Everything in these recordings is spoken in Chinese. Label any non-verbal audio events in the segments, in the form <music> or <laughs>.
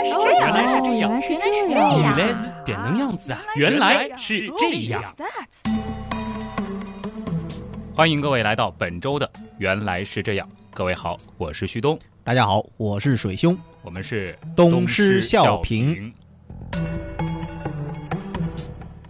哦，原来是这样，原来是这能样哦子啊！原来是这样。欢迎各位来到本周的《原来是这样》，各位好，我是旭东，大家好，我是水兄，我们是东施效效颦。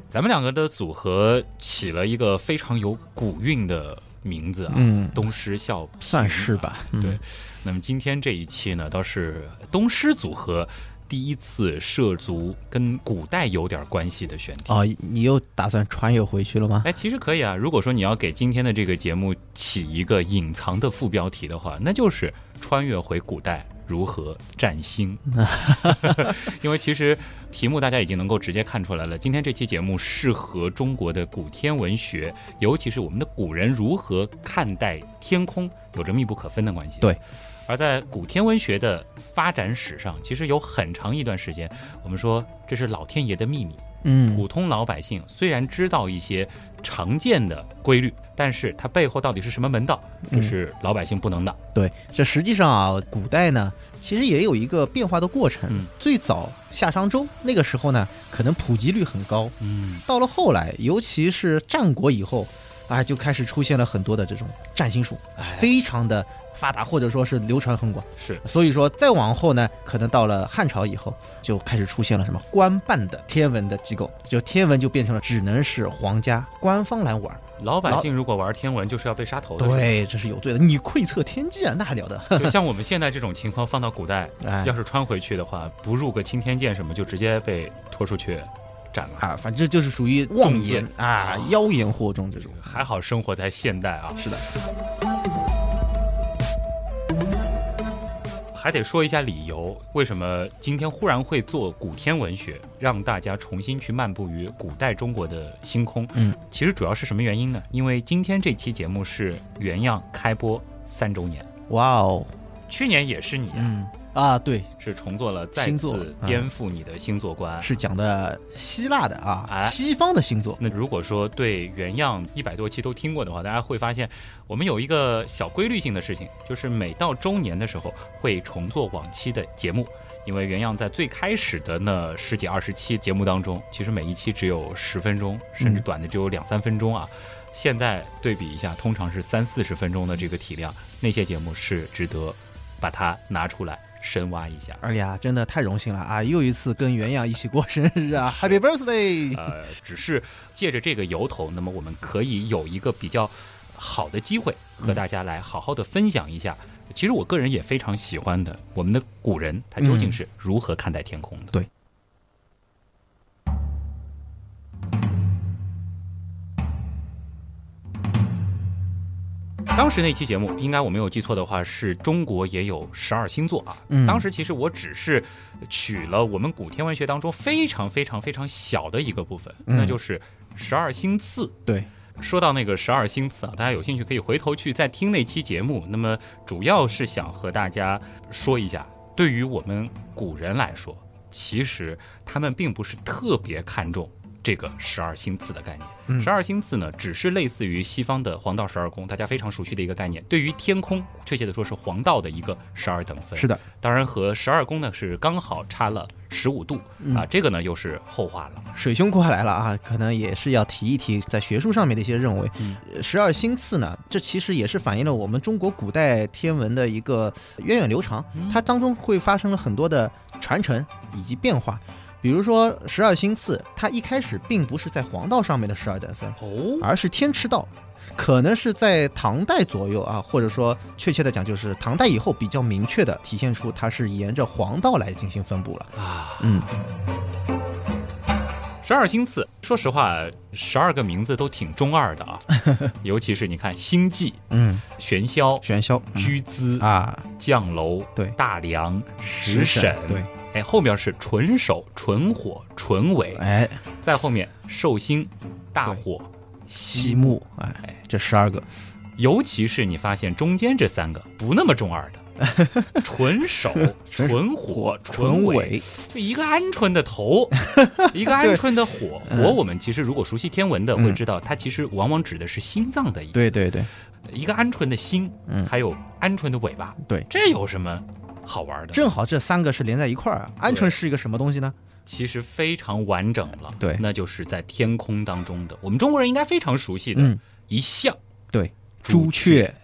咱们两个的组合起了一个非常有古韵的名字啊，嗯东施效颦算是吧啊嗯对，那么今天这一期呢，倒是东施组合第一次涉足跟古代有点关系的选题。哦，你又打算穿越回去了吗？哎，其实可以啊。如果说你要给今天的这个节目起一个隐藏的副标题的话，那就是“穿越回古代如何占 <laughs> 星”。因为其实题目大家已经能够直接看出来了，今天这期节目适合中国的古天文学，尤其是我们的古人如何看待天空，有着密不可分的关系。对。而在古天文学的发展史上，其实有很长一段时间，我们说这是老天爷的秘密，嗯普通老百姓虽然知道一些常见的规律，但是它背后到底是什么门道，这嗯是老百姓不能的。对，这实际上啊，古代呢，其实也有一个变化的过程。嗯最早夏商周那个时候呢，可能普及率很高，嗯，到了后来，尤其是战国以后，啊，就开始出现了很多的这种占星术，哎，非常的发达，或者说是流传很广。是，所以说，再往后呢，可能到了汉朝以后，就开始出现了什么官办的天文的机构，就天文就变成了只能是皇家官方来玩。老百姓如果玩天文，就是要被杀头的。对，这是有罪的。你窥测天机啊，那还了得？就像我们现在这种情况，放到古代，哎要是穿回去的话，不入个青天剑什么，就直接被拖出去斩了。啊，反正就是属于妄言重啊，妖言惑众这种。还好生活在现代啊，是的，还得说一下理由，为什么今天忽然会做古天文学，让大家重新去漫步于古代中国的星空？嗯，其实主要是什么原因呢？因为今天这期节目是原样开播三周年，哇哦，去年也是你、啊，嗯啊，对，是重做了再星座嗯次颠覆你的星座观。是讲的希腊的啊，哎西方的星座。那如果说对原样一百多期都听过的话，大家会发现我们有一个小规律性的事情，就是每到周年的时候会重做往期的节目。因为原样在最开始的那十几二十期节目当中，其实每一期只有十分钟，甚至短的只有两三分钟啊。现在对比一下，通常是三四十分钟的这个体量，那些节目是值得把它拿出来深挖一下。哎呀，真的太荣幸了啊！又一次跟原样一起过生日啊，Happy Birthday！呃，只是借着这个由头，那么我们可以有一个比较好的机会和大家来好好的分享一下。其实我个人也非常喜欢的，我们的古人他究竟是如何看待天空的？对当时那期节目，应该我没有记错的话，是中国也有十二星座啊。嗯当时其实我只是取了我们古天文学当中非常非常非常小的一个部分，嗯那就是十二星次。对，说到那个十二星次啊，大家有兴趣可以回头去再听那期节目。那么主要是想和大家说一下，对于我们古人来说，其实他们并不是特别看重这个十二星次的概念。嗯十二星次呢，只是类似于西方的黄道十二宫，大家非常熟悉的一个概念。对于天空，确切的说是黄道的一个十二等分。是的，当然和十二宫呢是刚好差了十五度、嗯啊，这个呢又是后话了。水兄过来了啊，可能也是要提一提在学术上面的一些认为嗯。十二星次呢，这其实也是反映了我们中国古代天文的一个源远流长嗯，它当中会发生了很多的传承以及变化。比如说十二星次，它一开始并不是在黄道上面的十二等分，哦，而是天池道，可能是在唐代左右啊，或者说确切的讲，就是唐代以后比较明确的体现出它是沿着黄道来进行分布了。啊，嗯，十二星次，说实话，十二个名字都挺中二的 <laughs> 啊，尤其是你看星际、嗯，玄霄、玄霄、居姿、啊，降楼、对大梁、石沈，对，，哎，后面是纯手、纯火、纯尾，哎，再后面寿星、大火、西西。木，哎哎，这十二个，尤其是你发现中间这三个不那么中二的， <laughs> 纯手、纯手纯火、纯尾，尾，就一个鹌鹑的 <laughs> 头，一个鹌鹑的火。嗯火，我们其实如果熟悉天文的嗯会知道，它其实往往指的是心脏的意思。嗯对对对，一个鹌鹑的心，嗯还有鹌鹑的尾巴。对这有什么好玩的，正好这三个是连在一块儿啊。鹌鹑是一个什么东西呢？其实非常完整了。对那就是在天空当中的，我们中国人应该非常熟悉的嗯，一项对，朱朱雀。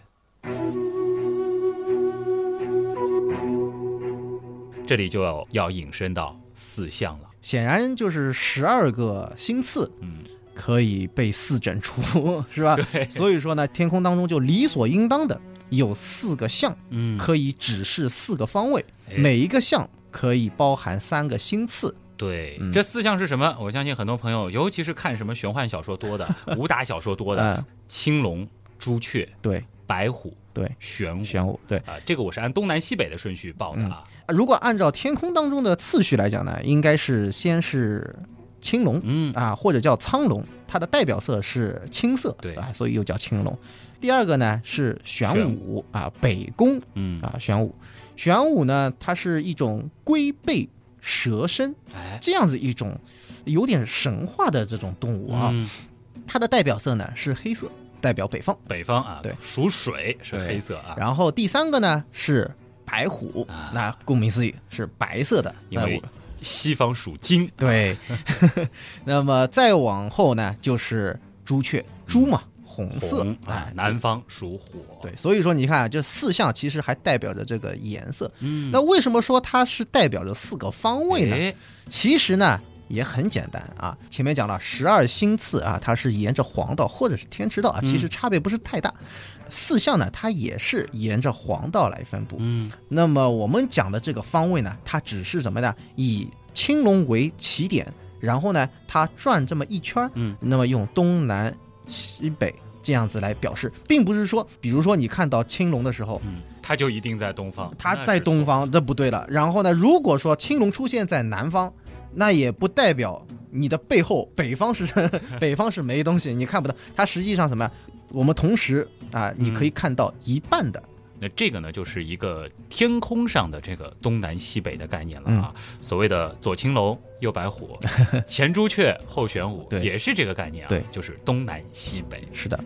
这里就要要引申到四象了。显然就是十二个星次嗯，可以被四整除，是吧？对，所以说呢，天空当中就理所应当的有四个象嗯，可以指示四个方位，哎每一个象可以包含三个星次。对，嗯这四项是什么？我相信很多朋友，尤其是看什么玄幻小说多 <laughs> 的、武打小说多的，嗯，青龙、朱雀、对，白虎、对玄武玄武对。啊、这个我是按东南西北的顺序报的啊。如果按照天空当中的次序来讲呢，应该是先是青龙嗯，啊，或者叫苍龙，它的代表色是青色，对啊，所以又叫青龙。第二个呢是玄玄武啊，北宫嗯，啊，玄武。玄武呢，它是一种龟背蛇身哎，这样子一种有点神话的这种动物啊，嗯它的代表色呢是黑色，代表北方。北方啊，对属水是对黑色啊，然后第三个呢是白虎，啊那顾名思义是白色的，因那为我西方属金，对， <laughs> 那么再往后呢，就是朱雀，朱嘛，红色哎红啊，南方属火，对，所以说你看，这四象其实还代表着这个颜色。嗯，那为什么说它是代表着四个方位呢？哎其实呢也很简单啊。前面讲了十二星次啊，它是沿着黄道或者是天池道啊，嗯其实差别不是太大。四象呢，它也是沿着黄道来分布。嗯，那么我们讲的这个方位呢，它只是什么呢？以青龙为起点，然后呢，它转这么一圈，嗯，那么用东南西北这样子来表示，并不是说，比如说你看到青龙的时候。嗯，它就一定在东方，它那在是东错，方，这不对了。然后呢，如果说青龙出现在南方，那也不代表你的背后北方是 <laughs> 北方是没东西，你看不到。它实际上什么呀？我们同时啊，你嗯可以看到一半的，那这个呢，就是一个天空上的这个东南西北的概念了啊。嗯所谓的左青龙，右白 <laughs> 虎，前朱雀，后玄武，对也是这个概念啊。对就是东南西北。是的，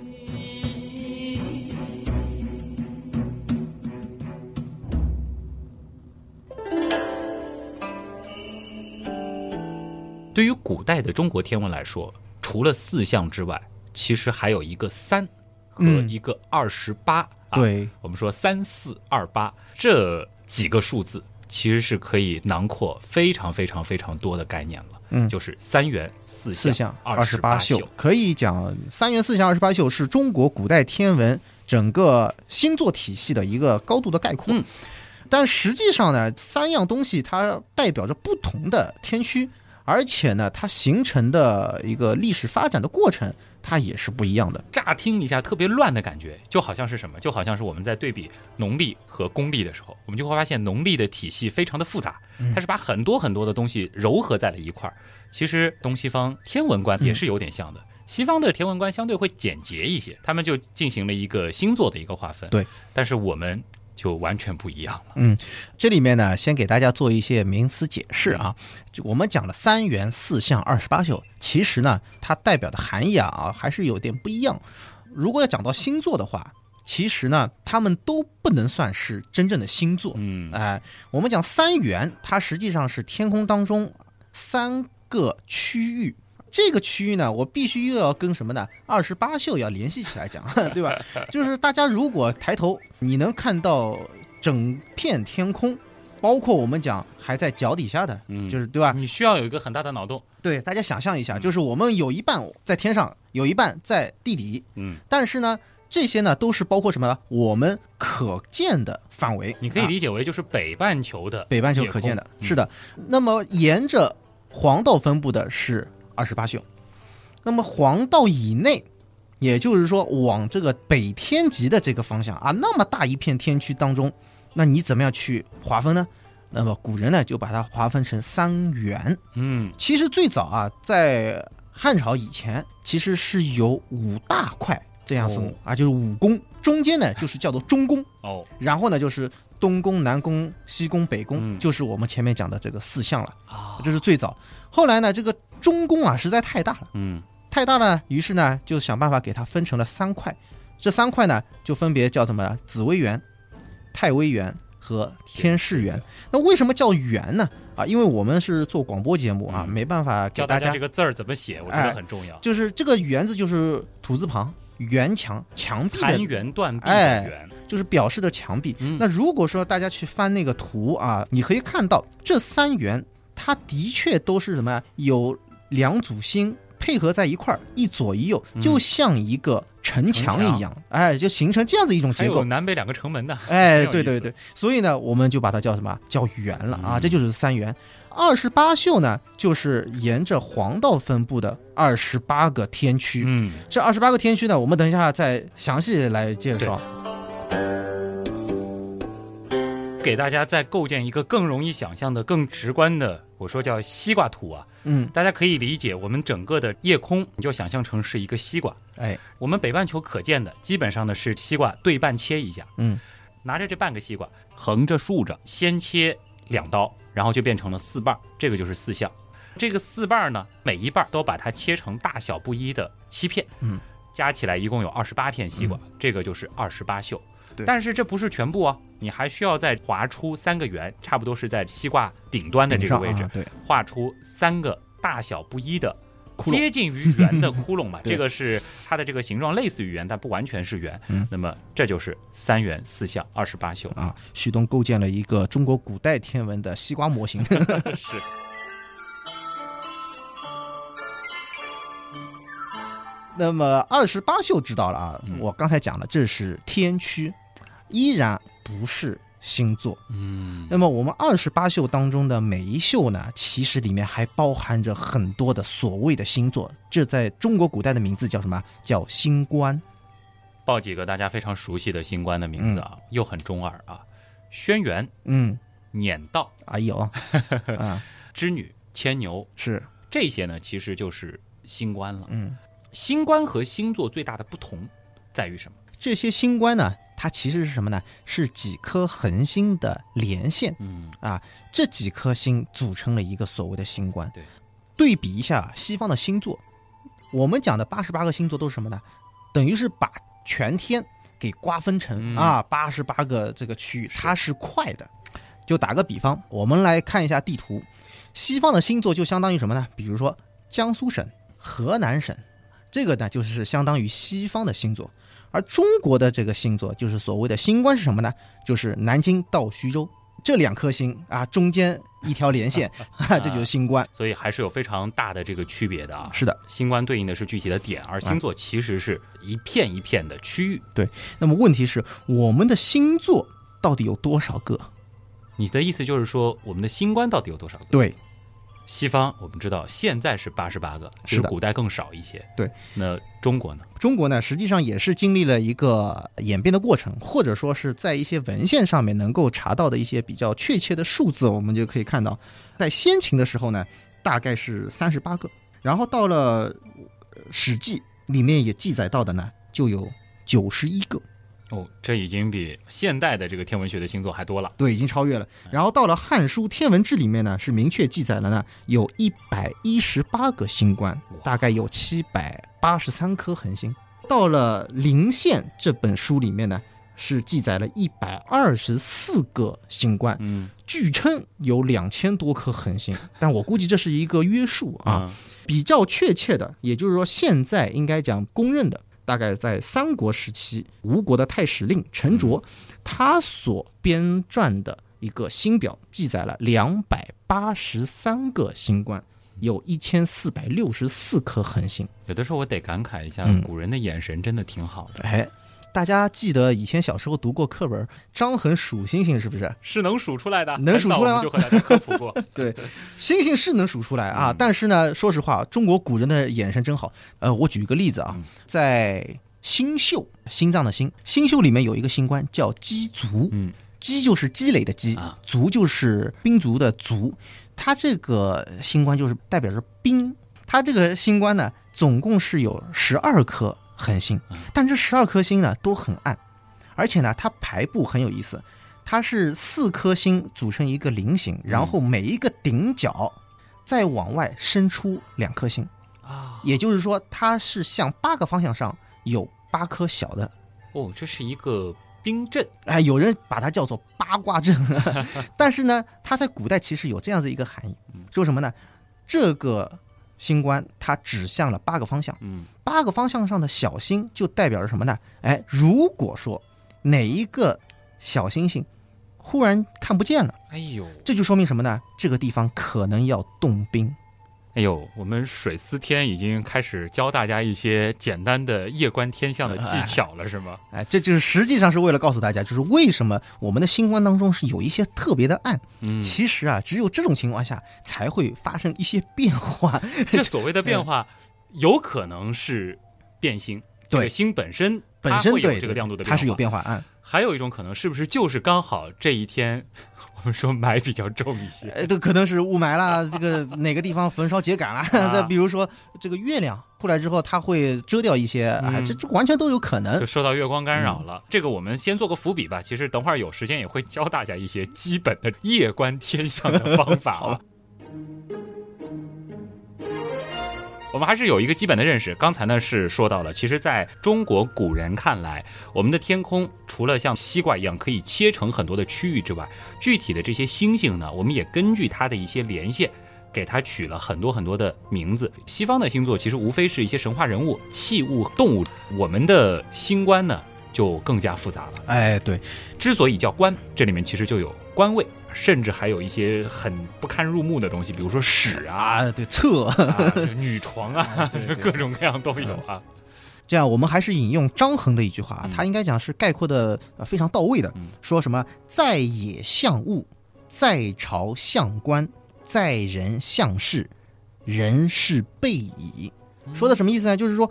对于古代的中国天文来说，除了四象之外，其实还有一个三和嗯一个二十八啊。，对，我们说三四二八这几个数字，其实是可以囊括非常非常非常多的概念了，嗯，就是三元、四四象二十八八宿，可以讲三元四象二十八宿是中国古代天文整个星座体系的一个高度的概括。嗯但实际上呢，三样东西它代表着不同的天区，而且呢，它形成的一个历史发展的过程，它也是不一样的。乍听一下特别乱的感觉，就好像是什么？就好像是我们在对比农历和公历的时候，我们就会发现农历的体系非常的复杂，它是把很多很多的东西糅合在了一块儿。其实东西方天文观也是有点像的。西方的天文观相对会简洁一些，他们就进行了一个星座的一个划分。对，但是我们就完全不一样了。这里面呢，先给大家做一些名词解释啊。就我们讲的三元四象二十八宿，其实呢，它代表的含义啊啊还是有点不一样。如果要讲到星座的话，其实呢，它们都不能算是真正的星座。嗯，哎、我们讲三元，它实际上是天空当中三个区域。这个区域呢，我必须又要跟什么呢？二十八宿要联系起来讲， <laughs> 对吧？就是大家如果抬头，你能看到整片天空，包括我们讲还在脚底下的，嗯就是对吧？你需要有一个很大的脑洞。对，大家想象一下，就是我们有一半在天上，有一半在地底，嗯，但是呢，这些呢都是包括什么呢？我们可见的范围，你可以啊理解为就是北半球的北半球夜可见空嗯的，是，的。那么沿着黄道分布的是二十八宿，那么黄道以内，也就是说往这个北天极的这个方向啊，那么大一片天区当中，那你怎么样去划分呢？那么古人呢就把它划分成三元。嗯其实最早啊，在汉朝以前，其实是有五大块这样分工、哦啊，就是五宫，中间呢就是叫做中宫。嗯，哦然后呢，就是东宫、南宫、西宫、北宫，嗯就是我们前面讲的这个四象了，啊，这是最早。后来呢，这个中宫啊实在太大了，嗯太大了，于是呢就想办法给它分成了三块，这三块呢就分别叫什么呢？紫微垣、太微垣和天士园。那为什么叫园呢？啊，因为我们是做广播节目啊，嗯没办法给教大家家这个字儿怎么写，我觉得很重要。就是这个“园”字就是土字旁，园墙墙壁残的，垣断壁哎的垣，就是表示的墙壁。嗯那如果说大家去翻那个图啊，你可以看到这三元，它的确都是什么呀？有两组星配合在一块儿，一左一右，嗯就像一个城墙一样，哎，就形成这样子一种还结有构。南北两个城门的，很有哎，意思对对对，所以呢，我们就把它叫什么？叫圆了啊，嗯这就是三元。二十八宿呢，就是沿着黄道分布的二十八个天区。嗯，这二十八个天区呢，我们等一下再详细来介绍。嗯给大家再构建一个更容易想象的、更直观的，我说叫西瓜图啊，嗯，大家可以理解我们整个的夜空，你就想象成是一个西瓜。哎，我们北半球可见的基本上呢是西瓜对半切一下，嗯，拿着这半个西瓜横着竖着，先切两刀，然后就变成了四瓣儿，这个就是四象。这个四瓣儿呢，每一瓣儿都把它切成大小不一的七片，嗯，加起来一共有二十八片西瓜，这个就是二十八宿。对但是这不是全部啊，你还需要再划出三个圆，差不多是在西瓜顶端的这顶个上位置啊，，对，画出三个大小不一的窟窿接近于圆的窟窿嘛， <laughs> 对这个是它的这个形状类似于圆，但不完全是圆。嗯那么这就是三元四象二十八宿啊，旭东构建了一个中国古代天文的西瓜模型。 <laughs> <laughs> 是。那么二十八宿知道了啊，嗯我刚才讲了，这是天区，依然不是星座。嗯那么我们二十八宿当中的每一宿呢，其实里面还包含着很多的所谓的星座，这在中国古代的名字叫什么？叫星官。报几个大家非常熟悉的星官的名字啊，又很中二啊，轩辕、嗯，辇道、哎 <laughs> 呦，啊，织女、牵牛，是，这些呢其实就是星官了。嗯。星官和星座最大的不同在于什么？这些星官呢，它其实是什么呢？是几颗恒星的连线，啊嗯，这几颗星组成了一个所谓的星官。对，对比一下西方的星座，我们讲的八十八个星座都是什么呢？等于是把全天给瓜分成、嗯啊八十八个这个区域，是它是快的。就打个比方，我们来看一下地图，西方的星座就相当于什么呢？比如说江苏省、河南省，这个呢就是相当于西方的星座。而中国的这个星座，就是所谓的星官是什么呢？就是南京到徐州这两颗星啊，中间一条连线，啊、这就是星官。所以还是有非常大的这个区别的啊。是的，星官对应的是具体的点，而星座其实是一片一片的区域。那么问题是，我们的星座到底有多少个？你的意思就是说，我们的星官到底有多少个？对，西方我们知道现在是八十八个，是其实的古代更少一些。对，那中国呢？中国呢，实际上也是经历了一个演变的过程，或者说是在一些文献上面能够查到的一些比较确切的数字，我们就可以看到，在先秦的时候呢，大概是三十八个，然后到了呃《史记》里面也记载到的呢，就有九十一个，哦，这已经比现代的这个天文学的星座还多了。对，已经超越了。然后到了《汉书·天文志》里面呢，是明确记载了呢，有一百一十八个星官哇，大概有七百八十三颗恒星。到了《临县》这本书里面呢，是记载了一百二十四个星官，嗯据称有两千多颗恒星，但我估计这是一个约束啊。嗯比较确切的，也就是说现在应该讲公认的，大概在三国时期，吴国的太史令陈卓，他所编撰的一个星表记载了两百八十三个星官，有一千四百六十四颗恒星。有的时候我得感慨一下，嗯古人的眼神真的挺好的，哎，大家记得以前小时候读过课文《张衡数星星》是不是？是能数出来的，能数出来吗很早我们就和大家科普过。 <laughs> 对，星星是能数出来啊，嗯但是呢，说实话，中国古人的眼神真好。呃，我举一个例子啊，嗯在新宿，心脏的心，新宿里面有一个星官叫鸡 <laughs> 足，嗯，鸡就是积累的积啊，足就是兵卒的卒，它这个星官就是代表着兵，它这个星官呢，总共是有十二颗恒星嗯，但这十二颗星呢都很暗，而且呢，它排布很有意思，它是四颗星组成一个菱形，然后每一个顶角再往外伸出两颗星，啊，也就是说，它是向八个方向上有八颗小的，哦，这是一个兵阵，哎，有人把它叫做八卦阵， <laughs> 但是呢，它在古代其实有这样的一个含义，说什么呢？这个星官它指向了八个方向，嗯八个方向上的小星就代表着什么呢？哎，如果说哪一个小星星忽然看不见了，哎呦，这就说明什么呢？这个地方可能要动兵。哎呦，我们水司天已经开始教大家一些简单的夜观天象的技巧了，是吗？哎，这就是实际上是为了告诉大家，就是为什么我们的星官当中是有一些特别的暗。嗯，其哎实啊，只有这种情况下才会发生一些变化。这所谓的变化，有可能是变星，这个对星本身本身它会有对这个亮度的变化，它是有变化啊。还有一种可能，是不是就是刚好这一天， <laughs> 我们说霾比较重一些？呃，这可能是雾霾啦，这个哪个地方焚烧秸秆啦，啊再比如说这个月亮出来之后，它会遮掉一些，哎，嗯这这完全都有可能就。受到月光干扰了。这个我们先做个伏笔吧。其实等会儿有时间也会教大家一些基本的夜观天象的方法好啊吧。我们还是有一个基本的认识。刚才呢是说到了，其实在中国古人看来，我们的天空除了像西瓜一样可以切成很多的区域之外，具体的这些星星呢，我们也根据它的一些连线。给它取了很多很多的名字。西方的星座其实无非是一些神话人物、器物、动物。我们的星官呢，就更加复杂了。哎，对，之所以叫官，这里面其实就有官位，甚至还有一些很不堪入目的东西，比如说屎 <laughs> 啊、啊，对，测。啊女床啊，对对各种各样都有啊。这样，我们还是引用张衡的一句话啊嗯，他应该讲是概括的呃非常到位的嗯，说什么“在野相物，在朝相官，在人相事，人事备矣”。嗯说的什么意思呢？就是说，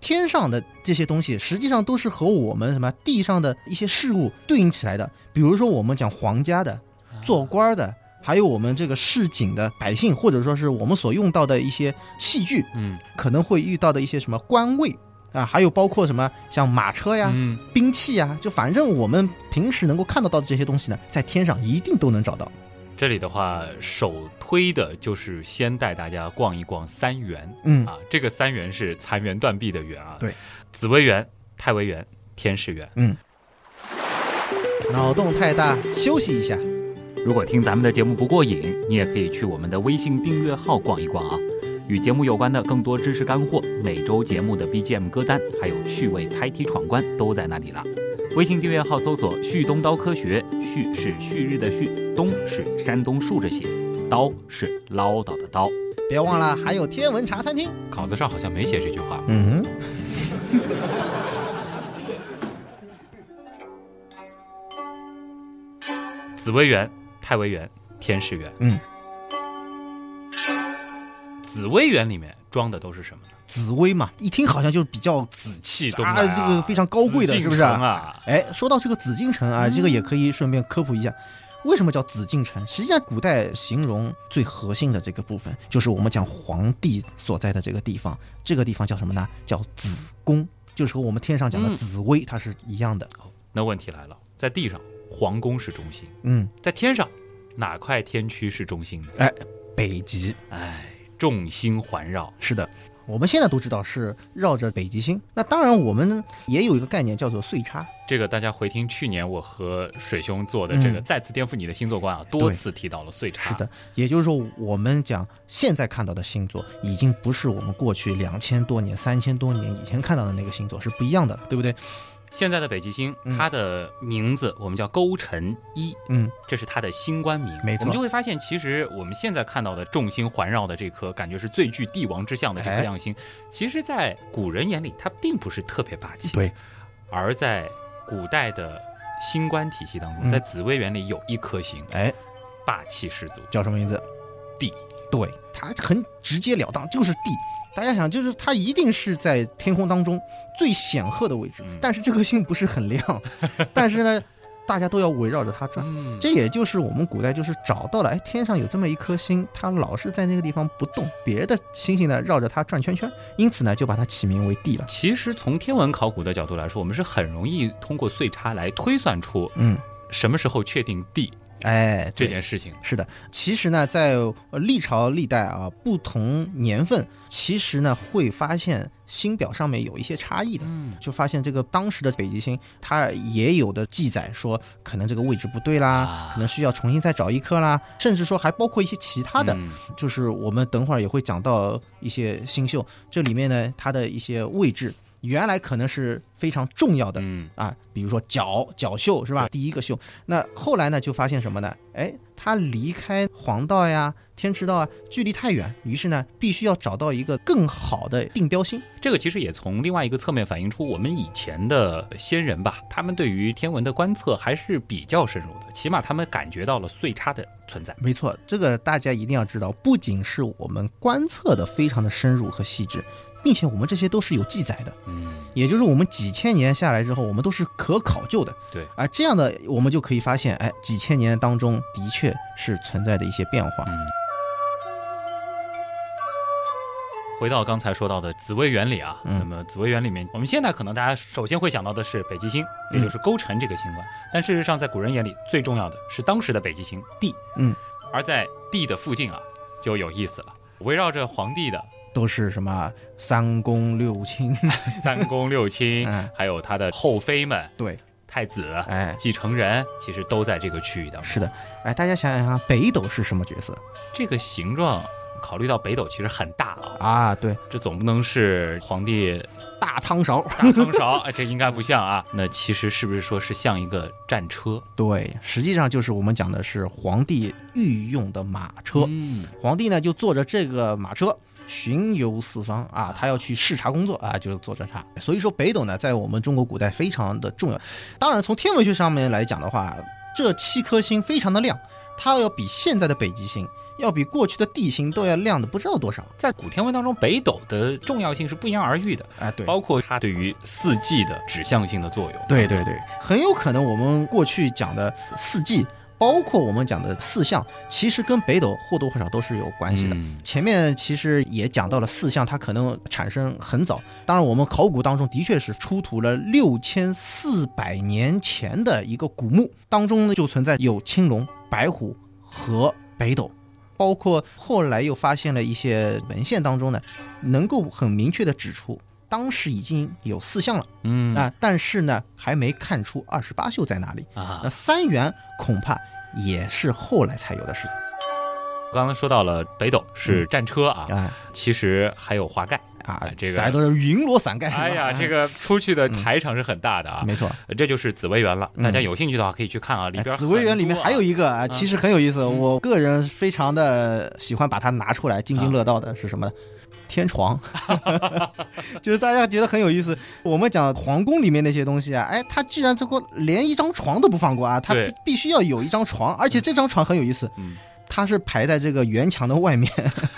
天上的这些东西实际上都是和我们什么地上的一些事物对应起来的。比如说，我们讲皇家的、做官儿的，还有我们这个市井的百姓，或者说是我们所用到的一些器具，嗯可能会遇到的一些什么官位啊，还有包括什么像马车呀、嗯，兵器呀，就反正我们平时能够看得到的这些东西呢，在天上一定都能找到。这里的话，首推的就是先带大家逛一逛三元。嗯，啊，这个三元是残垣断壁的垣啊，对，紫薇园、太微园、天士园。嗯脑洞太大，休息一下。如果听咱们的节目不过瘾，你也可以去我们的微信订阅号逛一逛啊。与节目有关的更多知识干货，每周节目的 BGM 歌单，还有趣味猜题闯关都在那里了。微信订阅号搜索“旭东刀科学”，旭是旭日的旭，东是山东竖着写，刀是唠叨的刀。别忘了还有天文茶餐厅。稿子上好像没写这句话。嗯哼。紫薇园、太微园、天士园。嗯，紫薇园里面装的都是什么呢？紫薇嘛，一听好像就是比较紫气东啊来啊，这个非常高贵紫的禁是不是啊城啊？哎，说到这个紫禁城啊，这个也可以顺便科普一下，为什么叫紫禁城？实际上，古代形容最核心的这个部分，就是我们讲皇帝所在的这个地方，这个地方叫什么呢？叫紫宫，就是和我们天上讲嗯的紫薇，它是一样的。哦那问题来了，在地上皇宫是中心，嗯，在天上哪块天区是中心呢？北极哎，众星环绕，是的。我们现在都知道是绕着北极星，那当然我们也有一个概念叫做岁差，这个大家回听去年我和水兄做的这个嗯再次颠覆你的星座观啊，多次提到了岁差。是，的，也就是说，我们讲现在看到的星座，已经不是我们过去两千多年、三千多年以前看到的那个星座是不一样的了，对不对？现在的北极星，嗯它的名字我们叫勾陈一，嗯，这是它的星官名。没错我们就会发现，其实我们现在看到的众星环绕的这颗感觉是最具帝王之相的这颗哎亮星，其实，在古人眼里，它并不是特别霸气。对，而在古代的星官体系当中，嗯在紫微园里有一颗星哎，霸气十足，叫什么名字？地。对，它很直截了当，就是地。大家想，就是它一定是在天空当中最显赫的位置嗯，但是这颗星不是很亮，但是呢，大家都要围绕着它转。嗯，这也就是我们古代就是找到了，哎，天上有这么一颗星，它老是在那个地方不动，别的星星呢绕着它转圈圈，因此呢就把它起名为地了。其实从天文考古的角度来说，我们是很容易通过岁差来推算出嗯，什么时候确定地哎，这对件事情。是的，其实呢，在呃历朝历代啊，不同年份，其实呢会发现星表上面有一些差异的。嗯，就发现这个当时的北极星，它也有的记载说，可能这个位置不对啦，啊可能需要重新再找一颗啦，甚至说还包括一些其他的，嗯就是我们等会儿也会讲到一些星宿，这里面呢它的一些位置，原来可能是非常重要的，嗯啊，比如说角角宿是吧？第一个宿。那后来呢，就发现什么呢？哎，它离开黄道呀、天池道啊，距离太远，于是呢，必须要找到一个更好的定标星。这个其实也从另外一个侧面反映出我们以前的先人吧，他们对于天文的观测还是比较深入的，起码他们感觉到了岁差的存在。没错，这个大家一定要知道，不仅是我们观测的非常的深入和细致，并且我们这些都是有记载的，嗯，也就是我们几千年下来之后，我们都是可考究的。对啊，这样的我们就可以发现，哎，几千年当中的确是存在的一些变嗯化。回到刚才说到的紫微垣里啊，嗯那么紫微垣里面，我们现在可能大家首先会想到的是北极星，也就是勾陈这个星嗯官，但事实上在古人眼里最重要的是当时的北极星帝。嗯，而在帝的附近啊，就有意思了，围绕着皇帝的都是什么三宫六卿，三宫六卿，嗯还有他的后妃们、对，太子、哎，继承人，其实都在这个区域当中。是的，哎，大家想想啊，北斗是什么角色这个形状，考虑到北斗其实很大了，啊？对，这总不能是皇帝大汤勺。 <laughs> 大汤勺，哎，这应该不像啊。那其实是不是说是像一个战车对，实际上就是我们讲的是皇帝御用的马车。嗯，皇帝呢就坐着这个马车巡游四方啊，他要去视察工作啊，就是坐着它。所以说北斗呢，在我们中国古代非常的重要。当然，从天文学上面来讲的话，这七颗星非常的亮，它要比现在的北极星，要比过去的地星都要亮的不知道多少。在古天文当中，北斗的重要性是不言而喻的，哎，对。包括它对于四季的指向性的作用。对对对，很有可能我们过去讲的四季，包括我们讲的四象，其实跟北斗或多或少都是有关系的。嗯前面其实也讲到了四象，它可能产生很早。当然，我们考古当中的确是出土了六千四百年前的一个古墓，当中呢就存在有青龙、白虎和北斗，包括后来又发现了一些文献当中呢，能够很明确的指出，当时已经有四象了。嗯啊，但是呢，还没看出二十八宿在哪里。啊那，三元恐怕也是后来才有的事刚刚说到了北斗是战车啊，啊其实还有华盖。啊哎！这个大家都是云罗伞盖。哎呀，这个个出去嗯的台场是很大的啊，没错。这就是紫薇园了。嗯大家有兴趣的话可以去看啊，里哎边紫薇园很里面多啊还有一个啊，其实很有意思，嗯我个人非常的喜欢把它拿出来津津乐道的是什么呢？天床， <laughs> 就是大家觉得很有意思。我们讲皇宫里面那些东西啊，哎，它居然这个连一张床都不放过啊，它对必必须要有一张床，而且这张床很有意思，嗯它是排在这个圆墙的外面，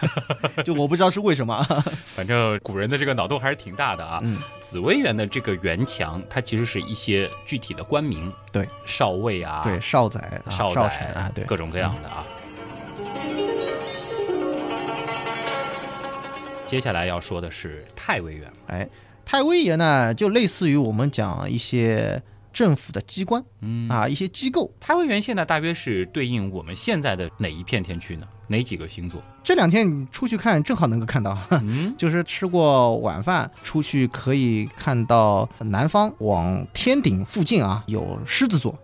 <laughs> 就我不知道是为什么啊。反正古人的这个脑洞还是挺大的啊。嗯，紫薇园的这个园墙，它其实是一些具体的官名，对，少尉啊，对，少宰、啊、少少宰臣啊，对，各种各样的啊。接下来要说的是太尉园，哎，太尉爷呢，就类似于我们讲一些政府的机关嗯啊，啊，一些机构。太尉园现在大约是对应我们现在的哪一片天区呢？哪几个星座？这两天你出去看，正好能够看到， <laughs> 嗯，就是吃过晚饭出去可以看到南方往天顶附近啊有狮子座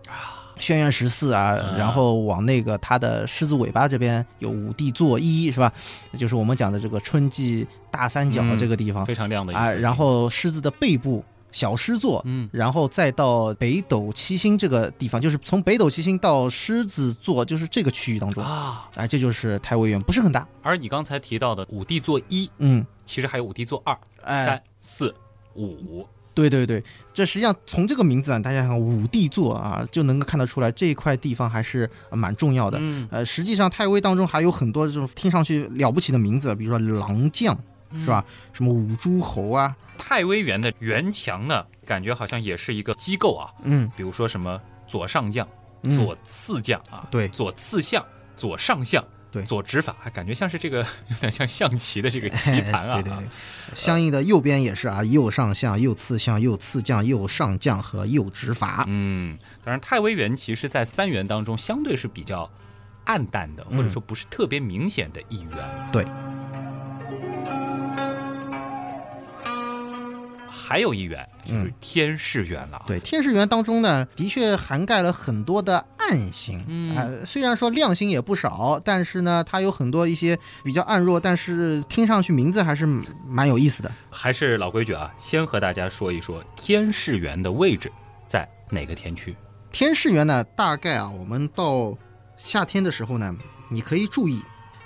轩辕十四啊啊，然后往那个它的狮子尾巴这边有五帝座一是吧？就是我们讲的这个春季大三角嗯这个地方、非常亮的一啊，颗星然后狮子的背部小狮座，嗯然后再到北斗七星这个地方，就是从北斗七星到狮子座，就是这个区域当中。啊，啊，这就是太微园，不是很大，而你刚才提到的五帝座一，嗯，其实还有五帝座二、哎，三、四、五，对对对，这实际上从这个名字啊，大家看五帝座啊，就能够看得出来这一块地方还是呃蛮重要的。嗯，呃，实际上太微当中还有很多这种听上去了不起的名字，比如说狼将是吧？嗯什么五诸侯啊，太微园的园墙呢，感觉好像也是一个机构啊，嗯，比如说什么左上将、嗯左次将啊，对左次相、左上相对左指法，感觉像是这个 <laughs> 有点像象棋的这个棋盘啊。 <laughs> 对对对，相应的右边也是啊，右上象、右次象、右次将、右上将和右指法。嗯，当然，太微垣其实在三元当中相对是比较暗淡的，或者说不是特别明显的一元。对。还有一元就是天士元了啊。嗯对，天士园当中呢，的确涵盖了很多的暗星，嗯呃，虽然说亮星也不少，但是呢，它有很多一些比较暗弱，但是听上去名字还是蛮蛮有意思的。还是老规矩啊，先和大家说一说天士元的位置在哪个天区。天士园呢，大概啊，我们到夏天的时候呢，你可以注意，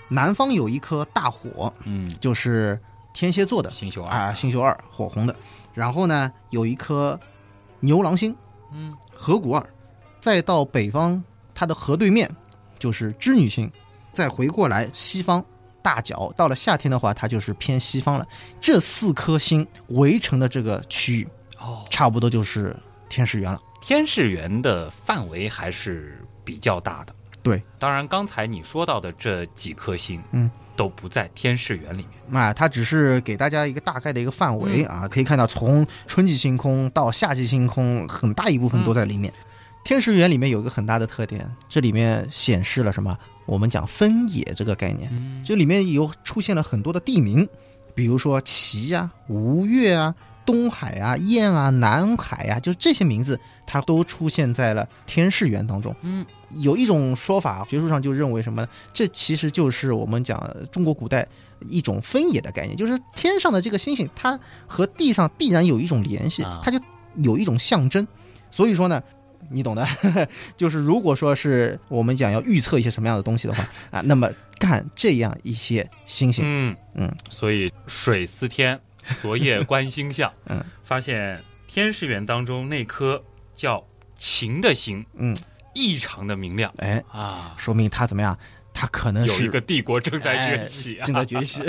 南方有一颗大火，嗯，就是天蝎座的星宿二，啊，星宿二火红的，然后呢，有一颗牛郎星，嗯，河谷二，再到北方，它的河对面就是织女星，再回过来西方大角，到了夏天的话，它就是偏西方了。这四颗星围成的这个区域，哦，差不多就是天使园了。天士元的范围还是比较大的。对，当然刚才你说到的这几颗星，嗯，都不在天士元里面。那它只是给大家一个大概的一个范围啊，可以看到从春季星空到夏季星空，很大一部分都在里面。天使园里面有一个很大的特点，这里面显示了什么？我们讲分野这个概念，嗯，这里面有出现了很多的地名，比如说齐呀、吴越啊、东海啊、燕啊、南海呀、就这些名字，它都出现在了天士园当中。嗯，有一种说法，学术上就认为什么呢？这其实就是我们讲呃中国古代一种分野的概念，就是天上的这个星星，它和地上必然有一种联系啊，它就有一种象征。所以说呢。 <laughs> 你懂的，就是如果说是我们讲要预测一些什么样的东西的话啊，那么看这样一些星星，嗯嗯，所以水司天，昨夜观星象， <laughs> 嗯，发现天士元当中那颗叫秦的星嗯，异常的明亮哎，啊，说明它怎么样？它可能有是一个帝国正在崛起哎啊，正在 <laughs> 崛起。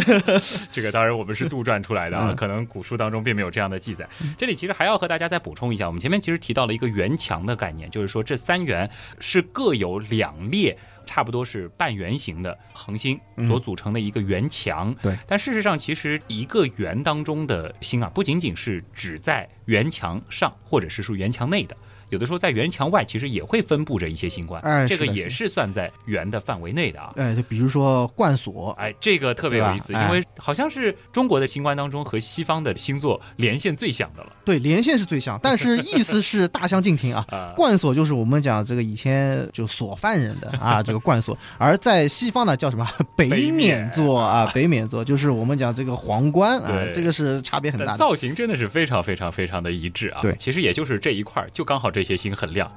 这个当然我们是杜撰出来的啊，嗯可能古书当中并没有这样的记载。这里其实还要和大家再补充一下，我们前面其实提到了一个圆墙的概念，就是说这三圆是各有两列。差不多是半圆形的恒星嗯所组成的一个圆墙。对，但事实上，其实一个圆当中的星啊，不仅仅是只在圆墙上，或者是说圆墙内的，有的时候在圆墙外，其实也会分布着一些星冠。哎这个是的也是是算在圆的范围内的啊。呃，就比如说冠锁，哎，这个特别有意思，对吧因哎为好像是中国的星官当中和西方的星座连线最响的了。对，连线是最像，但是意思是大相径庭啊 <laughs> 啊。冠锁就是我们讲这个以前就锁犯人的啊，这个冠锁，而在西方呢叫什么北北冕冕座啊，北冕座就是我们讲这个皇冠啊对，这个是差别很大但的。造型真的是非常非常非常的一致啊！对其实也就是这一块儿，就刚好这些星很亮。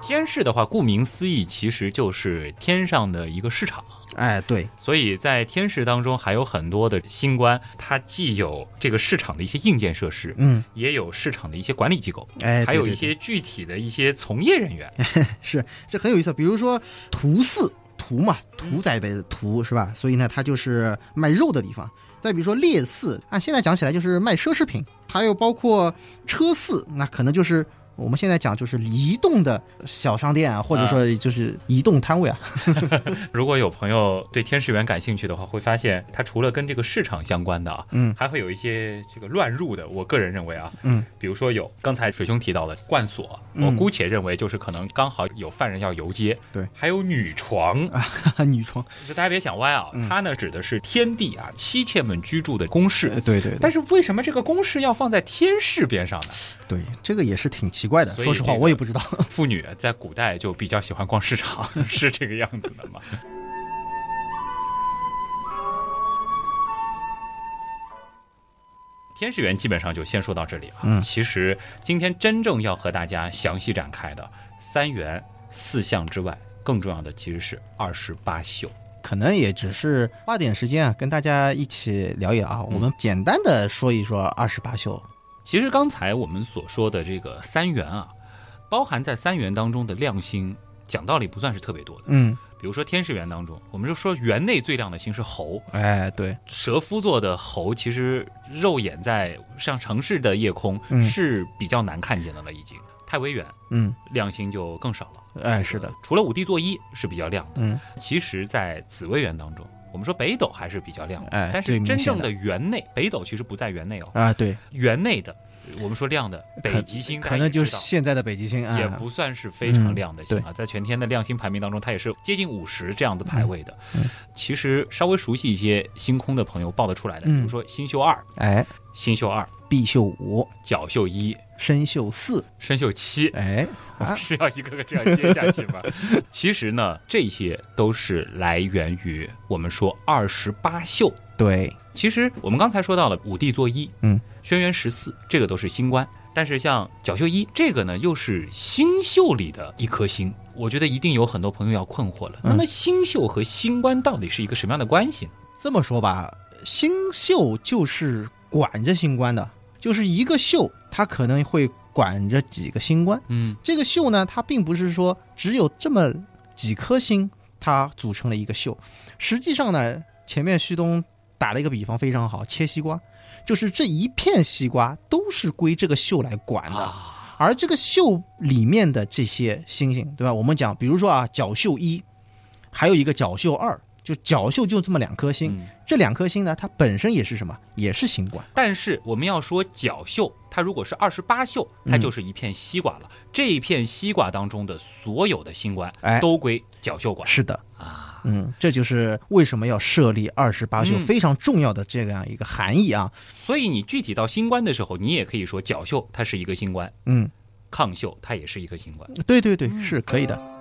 天市的话，顾名思义，其实就是天上的一个市场，哎，对，所以在天市当中还有很多的星官，它既有这个市场的一些硬件设施，嗯，也有市场的一些管理机构，哎，还有对一对对些具体的一些从业人员。是，这很有意思。比如说屠肆，屠嘛，屠宰的屠是吧？所以呢，它就是卖肉的地方。再比如说猎肆，按现在讲起来就是卖奢侈品，还有包括车肆，那可能就是。我们现在讲就是移动的小商店啊，或者说就是移动摊位啊， <laughs> 如果有朋友对天使园感兴趣的话，会发现它除了跟这个市场相关的啊，嗯还会有一些这个乱入的。我个人认为啊，嗯，比如说有刚才水兄提到的冠锁，嗯我姑且认为就是可能刚好有犯人要游街。对，还有女床，女装，就大家别想歪啊，嗯它呢指的是天帝啊妻妾们居住的宫室。呃对对但是为什么这个宫室要放在天室边上呢？对，这个也是挺奇怪的。所以说实话，这个我也不知道。 <laughs> 妇女在古代就比较喜欢逛市场， <laughs> 是这个样子的吗？ <laughs> 天使园基本上就先说到这里啊。嗯其实今天真正要和大家详细展开的三元四象之外，更重要的其实是二十八宿。可能也只是花点时间啊，跟大家一起聊一聊啊，我们简单的说一说二十八宿。其实刚才我们所说的这个三元啊，包含在三元当中的亮星，讲道理不算是特别多的。嗯，比如说天使园当中，我们就说园内最亮的星是猴，哎，对，蛇夫座的猴，其实肉眼在像城市的夜空嗯是比较难看见的了，已经。太微远嗯亮星就更少了。呃哎，是的，除了五帝座一是比较亮的，嗯，其实，在紫微园当中，我们说北斗还是比较亮的，哎但是最明真显正的的园内，北斗其实不在园内哦，啊，对，园内的我们说亮的北可极星，大可家能也就是知道现在的北极星啊，也不算是非常亮的星嗯啊，在全天的亮星排名当中，它也是接近五十这样的排位的。嗯嗯其实稍微熟悉一些星空的朋友报得出来的，比嗯如说星宿二、哎，星宿二、必秀五，角宿一、深秀四，申宿七，哎，我啊们 <laughs> 是要一个个这样接下去 <laughs> 吗？其实呢，这些都是来源于我们说二十八宿。对，其实我们刚才说到了五帝座一，嗯，轩辕十四，这个都是星官。但是像角宿一这个呢，又是星宿里的一颗星，我觉得一定有很多朋友要困惑了。嗯那么星宿和星官到底是一个什么样的关系呢？这么说吧，星宿就是管着星官的，就是一个宿，它可能会管着几个星官。嗯这个宿呢，它并不是说只有这么几颗星，它组成了一个宿。实际上呢，前面旭东打了一个比方非常好，切西瓜，就是这一片西瓜都是归这个宿来管的。啊，而这个宿里面的这些星星，对吧？我们讲，比如说啊，角宿一，还有一个角宿二，就角宿就这么两颗星。嗯这两颗星呢，它本身也是什么？也是星官。但是我们要说角宿，它如果是二十八宿，它嗯就是一片西瓜了。这一片西瓜当中的所有的星官哎都归角宿管是的，啊。嗯，这就是为什么要设立二十八宿嗯非常重要的这样一个含义啊。所以你具体到星官的时候，你也可以说角宿它是一个星官，嗯，抗宿它也是一个星官。对对对，是可以的。嗯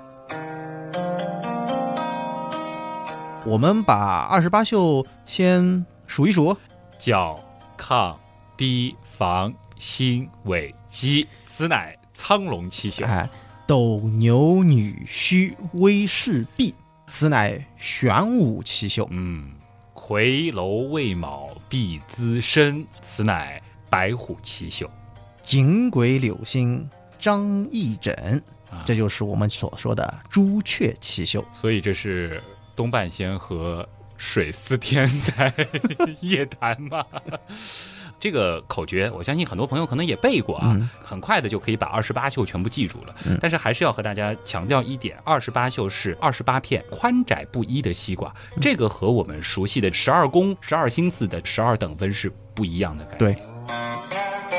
我们把二十八宿先数一数，哦角、亢、低、房、辛、尾、鸡，此乃苍龙七宿。哎，斗牛女戌威势弼，此乃玄武七宿。嗯，夔楼未卯，必资身，此乃白虎七宿。锦鬼柳星张翼枕，啊这就是我们所说的朱雀七宿。所以这是东半仙和水司天 <laughs> 在夜谈嘛。 <laughs> 这个口诀，我相信很多朋友可能也背过啊，嗯很快的就可以把二十八宿全部记住了。嗯但是还是要和大家强调一点，二十八宿是二十八片宽窄不一的西瓜，嗯这个和我们熟悉的十二宫、十二星宿的十二等分是不一样的概念。对，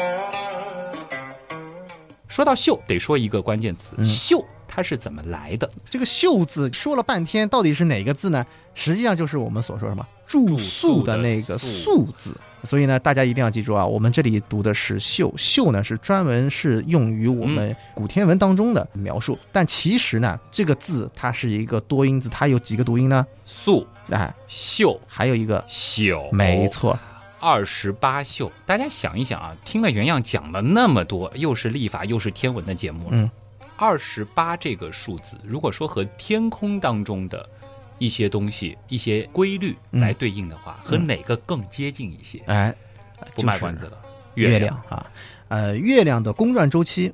说到秀，得说一个关键词，嗯秀它是怎么来的？这个“宿”字说了半天，到底是哪个字呢？实际上就是我们所说什么住宿的那个住“宿宿”字。所以呢，大家一定要记住啊，我们这里读的是“宿”，“宿”呢是专门是用于嗯我们古天文当中的描述。但其实呢，这个字它是一个多音字，它有几个读音呢？宿、哎，秀、还有一个，宿，没错，二十八宿，大家想一想啊，听了原样讲了那么多，又是历法又是天文的节目了。嗯，二十八这个数字，如果说和天空当中的一些东西、一些规律嗯来对应的话，和哪个更接近一些？哎，不卖关子了，月亮。啊，呃，月亮的公转周期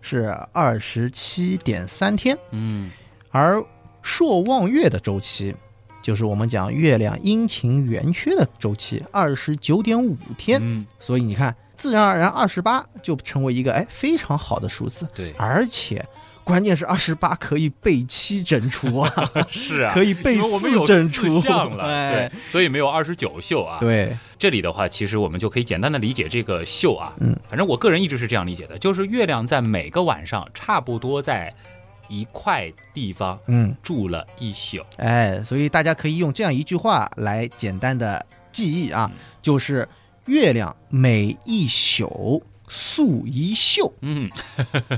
是二十七点三天，嗯，而朔望月的周期，就是我们讲月亮阴晴圆缺的周期，二十九点五天。嗯，所以你看，自然而然二十八就成为一个哎非常好的数字，对，而且关键是二十八可以备七整 <laughs> 除啊， <laughs> 是啊，可以备因为我们有四整除四项了， <laughs> 哎，对，所以没有二十九宿啊。对，这里的话，其实我们就可以简单的理解这个宿啊，嗯，反正我个人一直是这样理解的，就是月亮在每个晚上差不多在一块地方嗯。住了一宿，哎，所以大家可以用这样一句话来简单的记忆啊嗯，就是月亮每一宿宿一宿，嗯。 <laughs>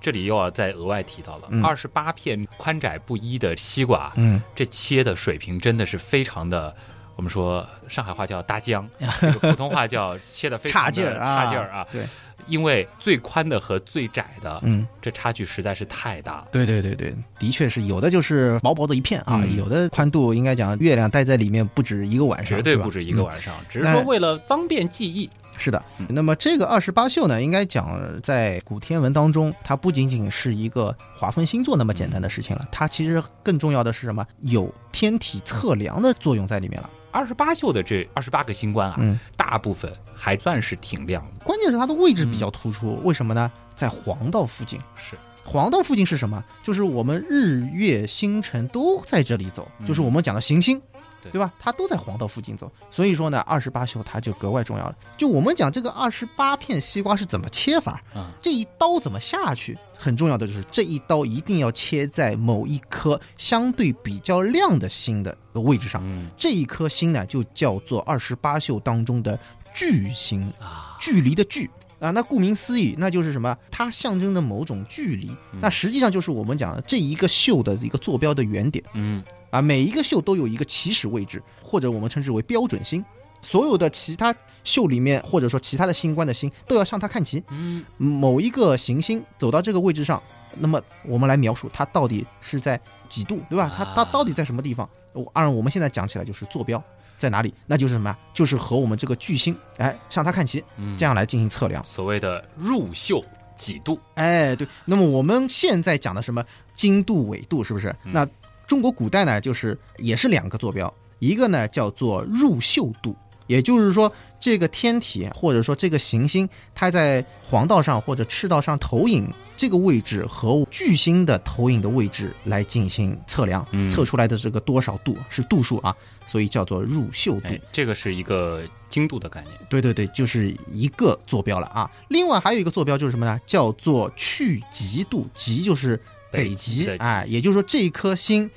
这里又要再额外提到了，嗯二十八片宽窄不一的西瓜啊，嗯，这切的水平真的是非常的，我们说上海话叫搭 <laughs> 浆，这个普通话叫切的非常差的劲儿啊，差劲儿啊，对，因为最宽的和最窄的嗯，这差距实在是太大了。对对对对，的确是有的就是薄薄的一片啊，嗯有的宽度应该讲月亮待在里面不止一个晚上，绝对是吧不止一个晚上，只是那说为了方便记忆，是的嗯，那么这个二十八宿呢，应该讲在古天文当中，它不仅仅是一个划分星座那么简单的事嗯情了，它其实更重要的是什么？有天体测量的作用在里面了。二十八宿的这二十八个星官啊，嗯，大部分还算是挺亮的。嗯关键是它的位置比较突出，为什么呢？在黄道附近，是黄豆附近是什么？就是我们日月星辰都在这里走，就是我们讲的行星，对对吧？它都在黄豆附近走，所以说呢，二十八宿它就格外重要了。就我们讲这个二十八片西瓜是怎么切法，啊这一刀怎么下去，很重要的就是这一刀一定要切在某一颗相对比较亮的星的位置上，嗯这一颗星呢就叫做二十八宿当中的巨星。啊，距离的距啊，那顾名思义，那就是什么？它象征着某种距离，那实际上就是我们讲的这一个秀的一个坐标的原点嗯啊。每一个秀都有一个起始位置，或者我们称之为标准星。所有的其他秀里面，或者说其他的星官的星，都要向它看齐。嗯某一个行星走到这个位置上，那么我们来描述它到底是在几度，对吧？它它啊到底在什么地方？我按我们现在讲起来就是坐标在哪里，那就是什么呀？就是和我们这个巨星哎向它看齐，嗯，这样来进行测量。所谓的入秀几度，哎，对。那么我们现在讲的什么经度、纬度，是不是？嗯那中国古代呢，就是也是两个坐标，一个呢叫做入宿度，也就是说这个天体或者说这个行星，它在黄道上或者赤道上投影这个位置和巨星的投影的位置来进行测量，嗯测出来的这个多少度是度数啊，所以叫做入宿度。哎，这个是一个精度的概念，对对对，就是一个坐标了啊。另外还有一个坐标就是什么呢？叫做去极度，极就是北北极极的，极哎，也就是说这一颗星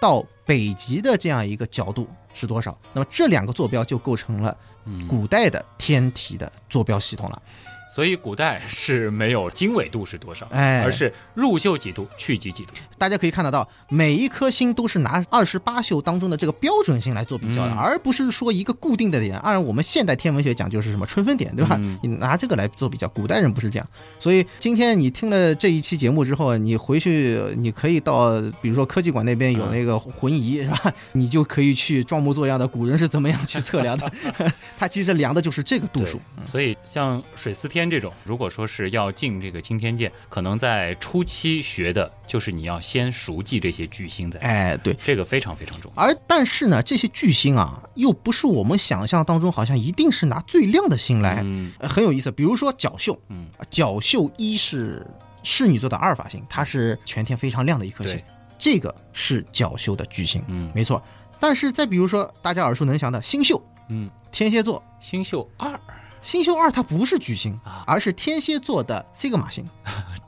到北极的这样一个角度是多少？那么这两个坐标就构成了嗯，古代的天体的坐标系统了。所以古代是没有经纬度是多少，哎，而是入秀几度，去极几度，大家可以看得到，每一颗星都是拿二十八宿当中的这个标准星来做比较的，嗯而不是说一个固定的点。按照我们现代天文学讲，就是什么春分点，对吧？嗯你拿这个来做比较，古代人不是这样。所以今天你听了这一期节目之后，你回去你可以到，比如说科技馆那边有那个浑仪、是嗯吧？ <laughs> 你就可以去装模作样的古人是怎么样去测量的，它其实量的就是这个度数。对所以像水司天这种，如果说是要进这个青天剑，可能在初期学的就是你要先熟记这些巨星在，哎，对。这个非常非常重要。而但是呢，这些巨星啊，又不是我们想象当中好像一定是拿最亮的星来，嗯呃很有意思。比如说角宿，嗯，角宿一是侍女座的阿尔法星，它是全天非常亮的一颗星对，，这个是角宿的巨星，嗯没错。但是再比如说大家耳熟能详的星宿，嗯，天蝎座，星宿二星宿二它不是巨星啊，而是天蝎座的西格玛 <laughs> 星，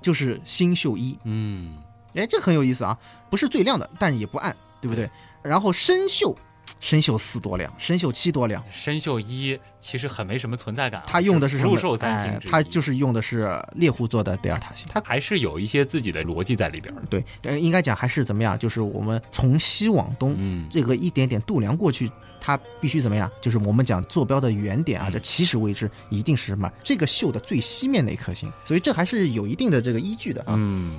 就是星宿一。嗯哎，这很有意思啊，不是最亮的，但也不暗，对不对？然后生锈，生锈四多亮，生锈七多亮，深秀一其实很没什么存在感啊、它用的是什福禄么寿？三星哎之，一，它就是用的是猎户座的德尔塔星。它还是有一些自己的逻辑在里边的。对，呃，应该讲还是怎么样？就是我们从西往东，嗯，这个一点点度量过去，它必须怎么样？就是我们讲坐标的原点啊，嗯这起始位置一定是什么？这个秀的最西面那颗星，所以这还是有一定的这个依据的啊。嗯，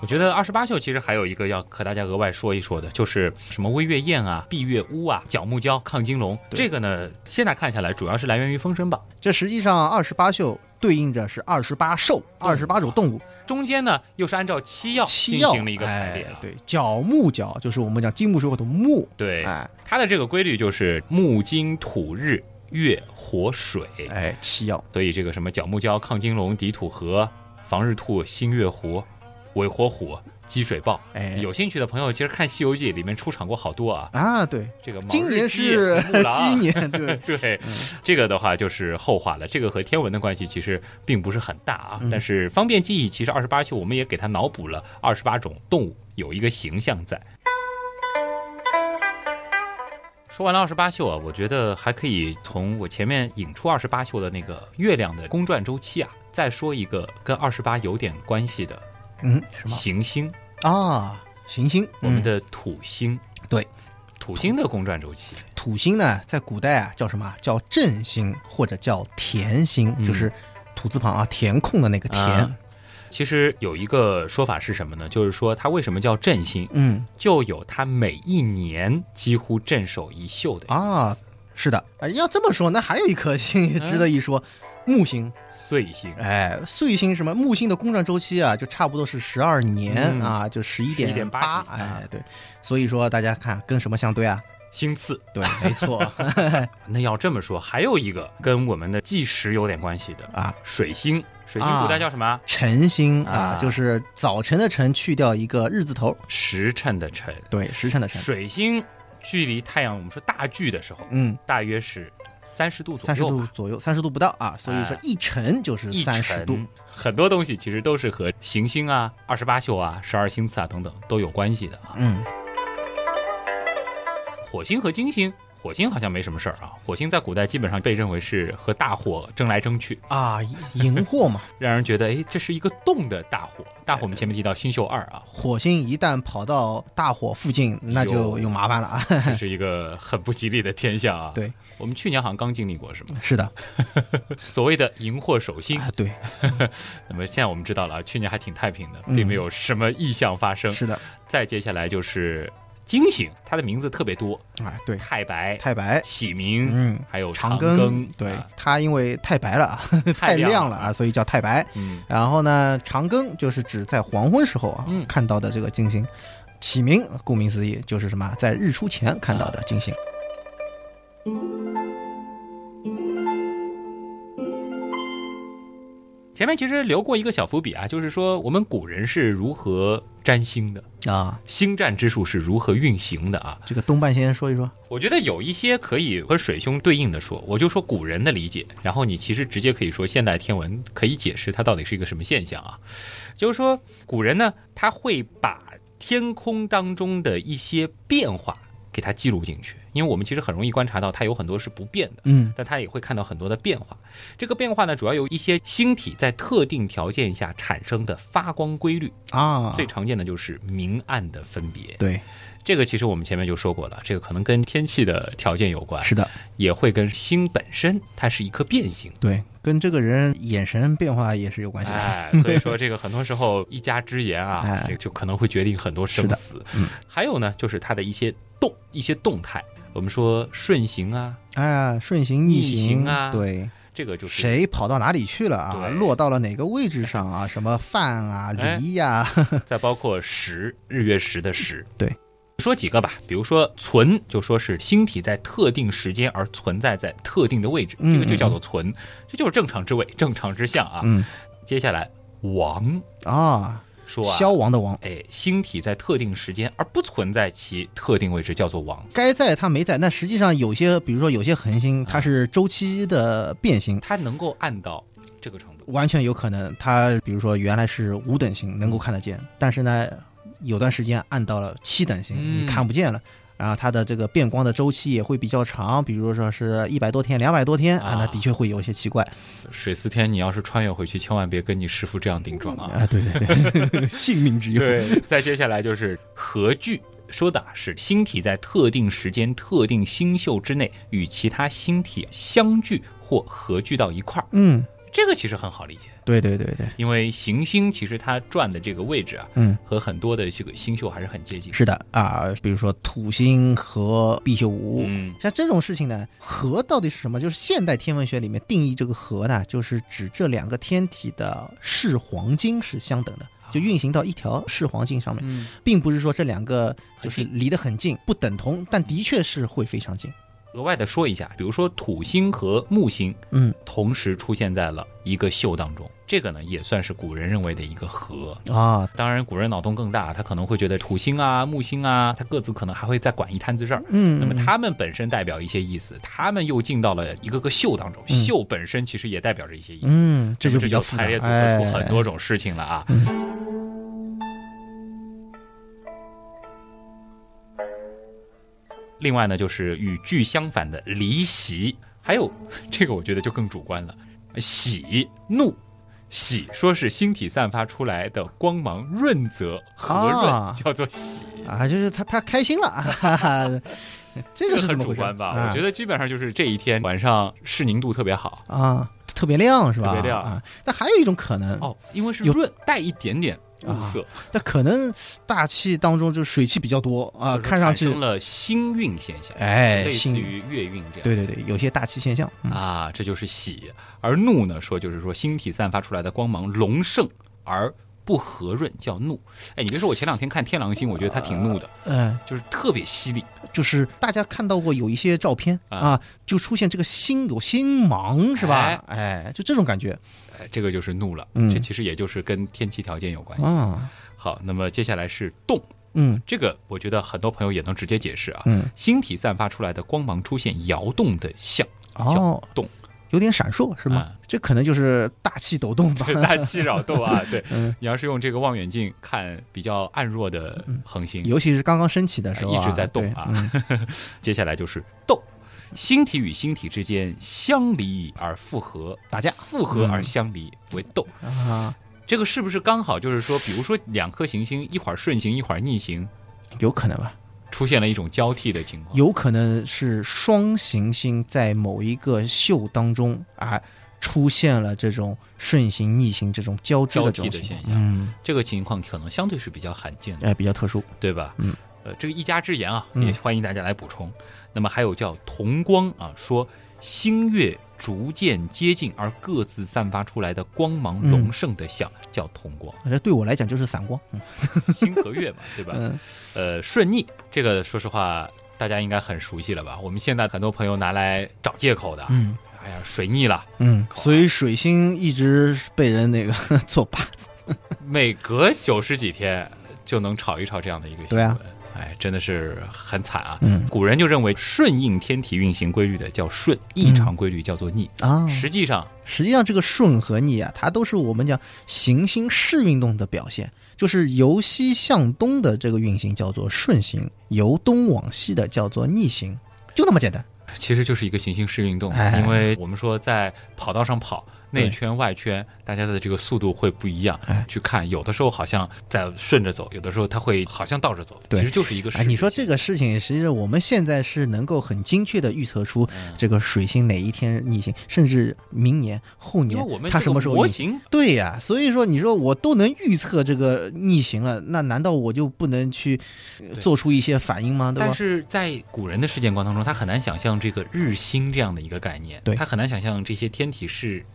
我觉得二十八宿其实还有一个要和大家额外说一说的，就是什么微月宴啊、闭月屋啊、角木蛟、亢金龙，对这个呢，现在看下来主要是来源于《封神榜这实际上二十八宿对应着是二十八兽，动物二十八种动物，》，中间呢又是按照七曜七进曜行了一个排列哎啊。对，角木角就是我们讲金木水火土木，对，哎它的这个规律就是木、金、土、日、月、火、水，哎七曜，所以这个什么角木蛟、亢金龙、底土河、防日兔、星月湖、尾活虎、鸡水豹。哎有兴趣的朋友，其实看《西游记》里面出场过好多啊。啊对，这个卯今日年鸡也和是 <laughs> 木狼。鸡年，对 <laughs> 对，嗯这个的话就是后话了。这个和天文的关系其实并不是很大啊，嗯但是方便记忆，其实二十八宿我们也给它脑补了二十八种动物有一个形象在。说完了二十八宿啊，我觉得还可以从我前面引出二十八宿的那个月亮的公转周期啊，再说一个跟二十八有点关系的嗯，什么行星，啊？行星，我们嗯的土星。对，土星的公转周期。土星呢，在古代啊叫什么？叫震星或者叫填星，嗯就是土字旁啊，填空的那个填。啊其实有一个说法是什么呢？就是说它为什么叫振兴，嗯就有它每一年几乎镇守一宿的啊，是的。哎，要这么说，那还有一颗星也值得一说。木星，岁星，哎，岁星什么？木星的公转周期啊，就差不多是十二年、嗯啊，就十一点11.8八，级啊哎，对。所以说大家看跟什么相对啊？星次。 <laughs> 对，没错那要这么说，还有一个跟我们的计时有点关系的啊，水星，水星古代叫什么？晨星啊啊，就是早晨的晨去掉一个日字头，时辰的辰。对，时辰的辰，水星距离太阳，我们说大距的时候，嗯，大约是三十度左三十右吧。度左右，三十度不到啊，所以说哎一晨就是一三十度沉，很多东西其实都是和行星啊、二十八宿啊、十二星次啊等等都有关系的啊。嗯，火星和金星，火星好像没什么事儿啊。火星在古代基本上被认为是和大火争来争去，啊，荧惑嘛， <laughs> 让人觉得哎，这是一个动的大火。大火我们前面提到星宿二啊，火星一旦跑到大火附近，那就有有麻烦了啊。 <laughs> 这是一个很不吉利的天象啊。对，我们去年好像刚经历过是吗？是的，所谓的荧惑守星，啊，对，那么现在我们知道了啊，去年还挺太平的，嗯并没有什么异象发生。是的，再接下来就是金星，它的名字特别多，啊，对，太白、太白，启明，嗯，还有长庚，庚，对啊，它因为太白了啊，太 <laughs> 太亮了了啊，，所以叫太白。嗯，然后呢，长庚就是指在黄昏时候啊、嗯看到的这个金星。启明，顾名思义就是什么，在日出前看到的金星。前面其实留过一个小伏笔啊，就是说我们古人是如何占星的，啊，星占之术是如何运行的啊。这个东半仙说一说我觉得有一些可以和水兄对应的说，我就说古人的理解，然后你其实直接可以说现代天文可以解释它到底是一个什么现象啊。就是说古人呢，他会把天空当中的一些变化给它记录进去，因为我们其实很容易观察到它有很多是不变的。嗯，但它也会看到很多的变化。这个变化呢，主要由一些星体在特定条件下产生的发光规律。啊，最常见的就是明暗的分别。对，这个其实我们前面就说过了，这个可能跟天气的条件有关，是的，也会跟星本身它是一颗变形。对，跟这个人眼神变化也是有关系的。哎，所以说这个很多时候一家之言啊 <laughs> 哎，这个就可能会决定很多生死。嗯还有呢，就是它的一些动、一些动态。我们说顺行啊，哎呀，顺行逆逆行啊对，这个就是谁跑到哪里去了啊？对落到了哪个位置上啊？什么饭啊、哎梨呀、再包括时，日月食的时。对，说几个吧，比如说存，就说是星体在特定时间而存在在特定的位置，嗯这个就叫做存，这就是正常之位、正常之象啊。嗯接下来亡啊，说啊。消亡的亡，哎，星体在特定时间而不存在其特定位置，叫做亡。该在它没在。那实际上有些，比如说有些恒星，嗯它是周期的变形，它能够暗到这个程度。完全有可能它，比如说原来是五等星能够看得见，但是呢，有段时间暗到了七等星，嗯你看不见了。然后它的这个变光的周期也会比较长，比如说是一百多天、两百多天啊啊，那的确会有一些奇怪水四天，你要是穿越回去，千万别跟你师傅这样顶撞啊！啊。 <laughs> 对对对，性 <laughs> 命之忧。对，再接下来就是合聚，说的啊是星体在特定时间、特定星宿之内与其他星体相聚或合聚到一块儿。嗯，这个其实很好理解，对对对对，因为行星其实它转的这个位置啊，嗯，和很多的这个星宿还是很接近。是的啊，比如说土星和毕宿五，嗯，像这种事情呢，和到底是什么？就是现代天文学里面定义这个和呢，就是指这两个天体的视黄金是相等的，就运行到一条视黄金上面，啊嗯，并不是说这两个就是很离得很近，不等同，但的确是会非常近。额外的说一下，比如说土星和木星嗯同时出现在了一个宿当中，这个呢也算是古人认为的一个合。啊，当然，古人脑洞更大，他可能会觉得土星啊、木星啊，他各自可能还会再管一摊子事儿。嗯，那么它们本身代表一些意思，它们又进到了一个个秀当中，嗯秀本身其实也代表着一些意思，嗯，这就这比较复杂，排列组合出哎嗯很多种事情了啊。另外呢，就是与聚相反的离喜，还有这个我觉得就更主观了，呃喜怒。喜说是星体散发出来的光芒润泽和润，啊叫做喜。啊，就是他他开心了，哈 <laughs> 哈，这个是很怎么主回事观吧？啊我觉得基本上就是这一天晚上视宁度特别好啊，特别亮是吧？特别亮啊。但还有一种可能，哦，因为是有啊润带一点点雾色，但可能大气当中就水汽比较多啊，或者说看上去产生了星运现象，哎类似星于月运这样。对对对，有些大气现象。嗯、啊，这就是喜。而怒呢，说就是说星体散发出来的光芒隆盛而不和润叫怒。哎，你别说，我前两天看天狼星，我觉得他挺怒的，嗯，就是特别犀利。就是大家看到过有一些照片啊啊，就出现这个星有星芒是吧？哎，就这种感觉哎，这个就是怒了。嗯这其实也就是跟天气条件有关系。啊，好，那么接下来是动，嗯这个我觉得很多朋友也能直接解释啊。嗯，星体散发出来的光芒出现摇动的像，叫哦，动，有点闪烁是吗啊？这可能就是大气 <laughs> 抖动吧。大气扰动啊。对嗯， <laughs> 你要是用这个望远镜看比较暗弱的恒星，尤其是刚刚升起嗯的时候啊、一直在动对啊嗯 <laughs> 接下来就是斗，星体与星体之间相离而复合，打架复合嗯而相离为斗。啊，这个是不是刚好就是说，比如说两颗行星一会儿顺行一会儿逆行，有可能吧？出现了一种交替的情况？有可能是双行星在某一个秀当中啊出现了这种顺行逆行这种交织的这种交替的现象嗯，这个情况可能相对是比较罕见的，哎，比较特殊。对吧？嗯。呃，这个一家之言啊，嗯也欢迎大家来补充。那么还有叫同光啊，说星月逐渐接近而各自散发出来的光芒嗯隆盛的像，叫同光，这呃对我来讲就是散光。嗯 <laughs> 星和月嘛，对吧？嗯，呃，顺逆这个，说实话，大家应该很熟悉了吧？我们现在很多朋友拿来找借口的，嗯哎呀，水逆了，嗯，口啊所以水星一直被人那个 <laughs> 做靶子。每隔九十几天就能炒一炒这样的一个新对闻，啊哎，真的是很惨啊。嗯古人就认为顺应天体运行规律的叫顺，异常规律叫做逆。啊，实际上，实际上这个顺和逆啊，它都是我们讲行星势运动的表现，就是由西向东的这个运行叫做顺行，由东往西的叫做逆行，就那么简单。其实就是一个行星式运动，哎因为我们说在跑道上跑。对内圈外圈，大家的这个速度会不一样哎。去看，有的时候好像在顺着走，有的时候它会好像倒着走，其对实就是一个。哎，你说这个事情，实际上我们现在是能够很精确的预测出嗯这个水星哪一天逆行，甚至明年、后因年为我们它这什个么时候模逆行。型对呀、所以说你说我都能预测这个逆行了，那难道我就不能去呃对做出一些反应吗？对但吧？是在古人的世界观当中，他很难想象这个日星这样的一个概念，对他很难想象这些天体是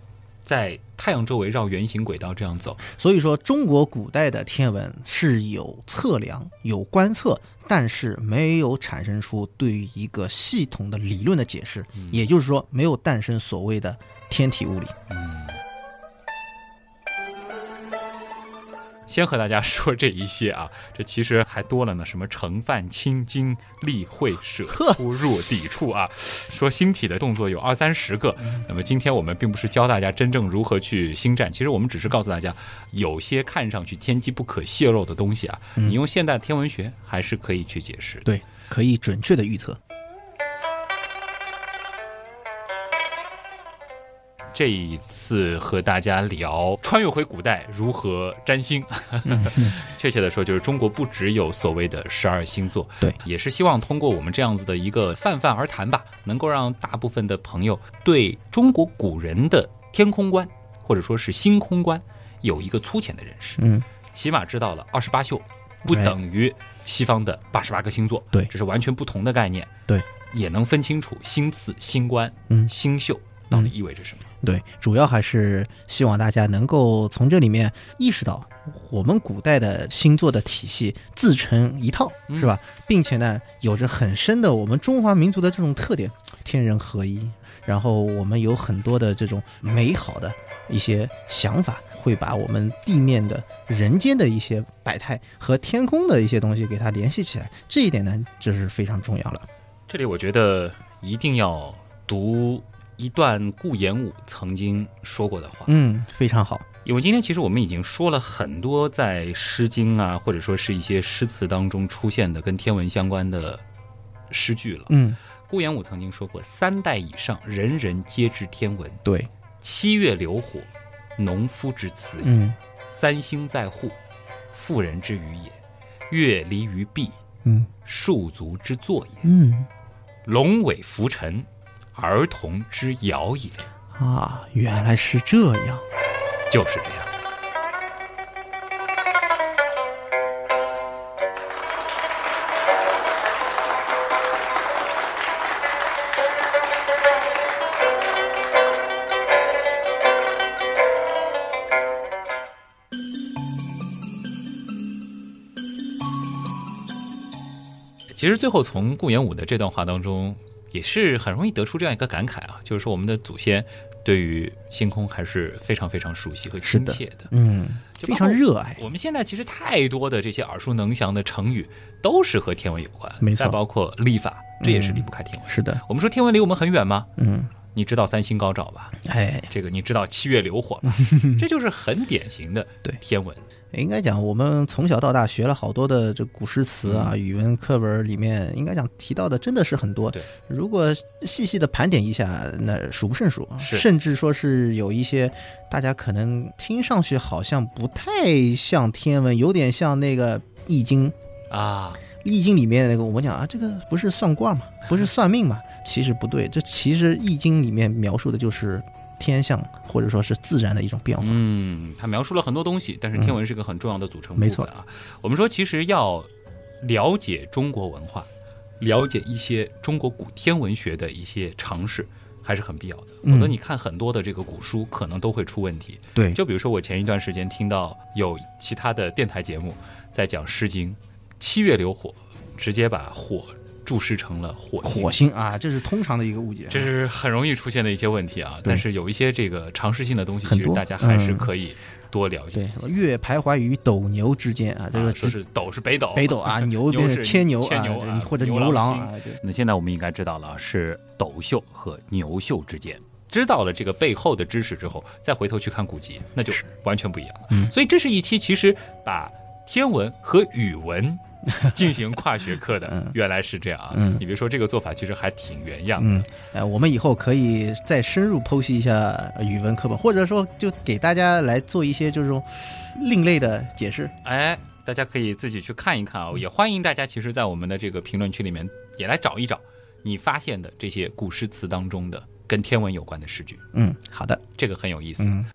在太阳周围绕圆形轨道这样走。所以说中国古代的天文是有测量、有观测，但是没有产生出对于一个系统的理论的解释，也就是说没有诞生所谓的天体物理。嗯，先和大家说这一些啊， <laughs> 这其实还多了呢，什么成范、清经、立会、舍出入、抵触啊，说星体的动作有二三十个。那么今天我们并不是教大家真正如何去星战，其实我们只是告诉大家，有些看上去天机不可泄露的东西啊，嗯你用现代天文学还是可以去解释的。对，可以准确的预测。这一次和大家聊穿越回古代如何占星，嗯确切的说，就是中国不只有所谓的十二星座，对，也是希望通过我们这样子的一个泛泛而谈吧，能够让大部分的朋友对中国古人的天空观或者说是星空观有一个粗浅的认识，嗯，起码知道了二十八宿不哎等于西方的八十八个星座，对这是完全不同的概念，对，也能分清楚星次、星官、嗯星宿到底意味着什么。对，主要还是希望大家能够从这里面意识到，我们古代的星座的体系自成一套，嗯是吧？并且呢，有着很深的我们中华民族的这种特点，天人合一。然后我们有很多的这种美好的一些想法，会把我们地面的人间的一些百态和天空的一些东西给它联系起来，这一点呢，这是非常重要了。这里我觉得一定要读一段顾炎武曾经说过的话，嗯，非常好。因为今天其实我们已经说了很多在《诗经》啊，或者说是一些诗词当中出现的跟天文相关的诗句了。嗯，顾炎武曾经说过：“三代以上，人人皆知天文；对，七月流火，农夫之词也；嗯三星在户，妇人之娱也；月离于壁，嗯戍卒之作也；嗯。龙尾浮沉，儿童之谣也。”啊，原来是这样。就是这样。其实最后从顾炎武的这段话当中，也是很容易得出这样一个感慨啊，就是说我们的祖先对于星空还是非常非常熟悉和是亲的切的。嗯，就非包括常热爱。我们现在其实太多的这些耳熟能详的成语都是和天文有关，没错嗯再包括历法，这也是离不开天文。是的，我们说天文离我们很远吗？嗯，你知道三星高照吧？哎，这个你知道七月流火 <laughs> 吧？这就是很典型的对天文。哎应该讲我们从小到大学了好多的这古诗词啊，语文课本里面应该讲提到的真的是很多对。如果细细的盘点一下，那数不胜数啊，是甚至说是有一些大家可能听上去好像不太像天文，有点像那个《易经》啊， 《易经》里面那个，我们讲啊，这个不是算卦嘛，不是算命嘛， <laughs> 其实不对，这其实《易经》里面描述的就是天象或者说是自然的一种变化。嗯，它描述了很多东西，但是天文是一个很重要的组成部没分啊。我们说，其实要了解中国文化，了解一些中国古天文学的一些常识，还是很必要的。否则，嗯你看很多的这个古书，可能都会出问题。对，就比如说，我前一段时间听到有其他的电台节目在讲《诗经》，七月流火，直接把火注释成了火星。火星啊，这是通常的一个误解。这是很容易出现的一些问题啊，对但是有一些这个常识性的东西，很其实多大家还是嗯可以多了解对一下。，月徘徊于斗牛之间啊，这啊个说是斗是北斗，北斗啊，牛牛变是成牵牛牵啊牛啊，或者牛牛郎郎星啊，对 <laughs> 那现在我们应该知道了啊，是斗秀和牛秀之间。知道了这个背后的知识之后，再回头去看古籍，那就完全不一样了。嗯所以这是一期其实把天文和语文 <laughs> 进行跨学科的， <laughs> 嗯原来是这样啊。嗯你别说这个做法其实还挺原样的。嗯，呃，我们以后可以再深入剖析一下呃语文课本，或者说就给大家来做一些这种另类的解释。哎，大家可以自己去看一看啊、也欢迎大家其实，在我们的这个评论区里面也来找一找你发现的这些古诗词当中的跟天文有关的诗句，嗯，好的，这个很有意思。嗯，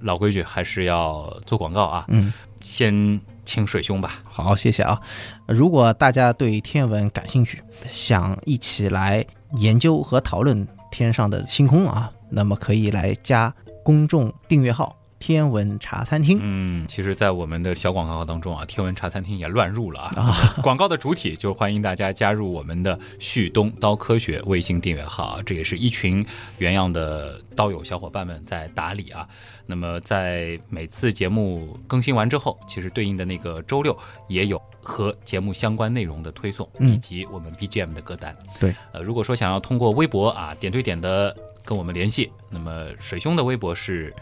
老规矩，还是要做广告啊，嗯，先请水兄吧。好，谢谢啊。如果大家对天文感兴趣，想一起来研究和讨论天上的星空啊，那么可以来加公众订阅号“天文茶餐厅”。嗯，其实，在我们的小广告当中啊，天文茶餐厅也乱入了啊。广告的主体就是欢迎大家加入我们的旭东刀科学微信订阅号啊，这也是一群原样的刀友小伙伴们在打理啊。那么，在每次节目更新完之后，其实对应的那个周六也有和节目相关内容的推送，嗯以及我们 BGM 的歌单。对，呃，如果说想要通过微博啊点对点的跟我们联系，那么水兄的微博是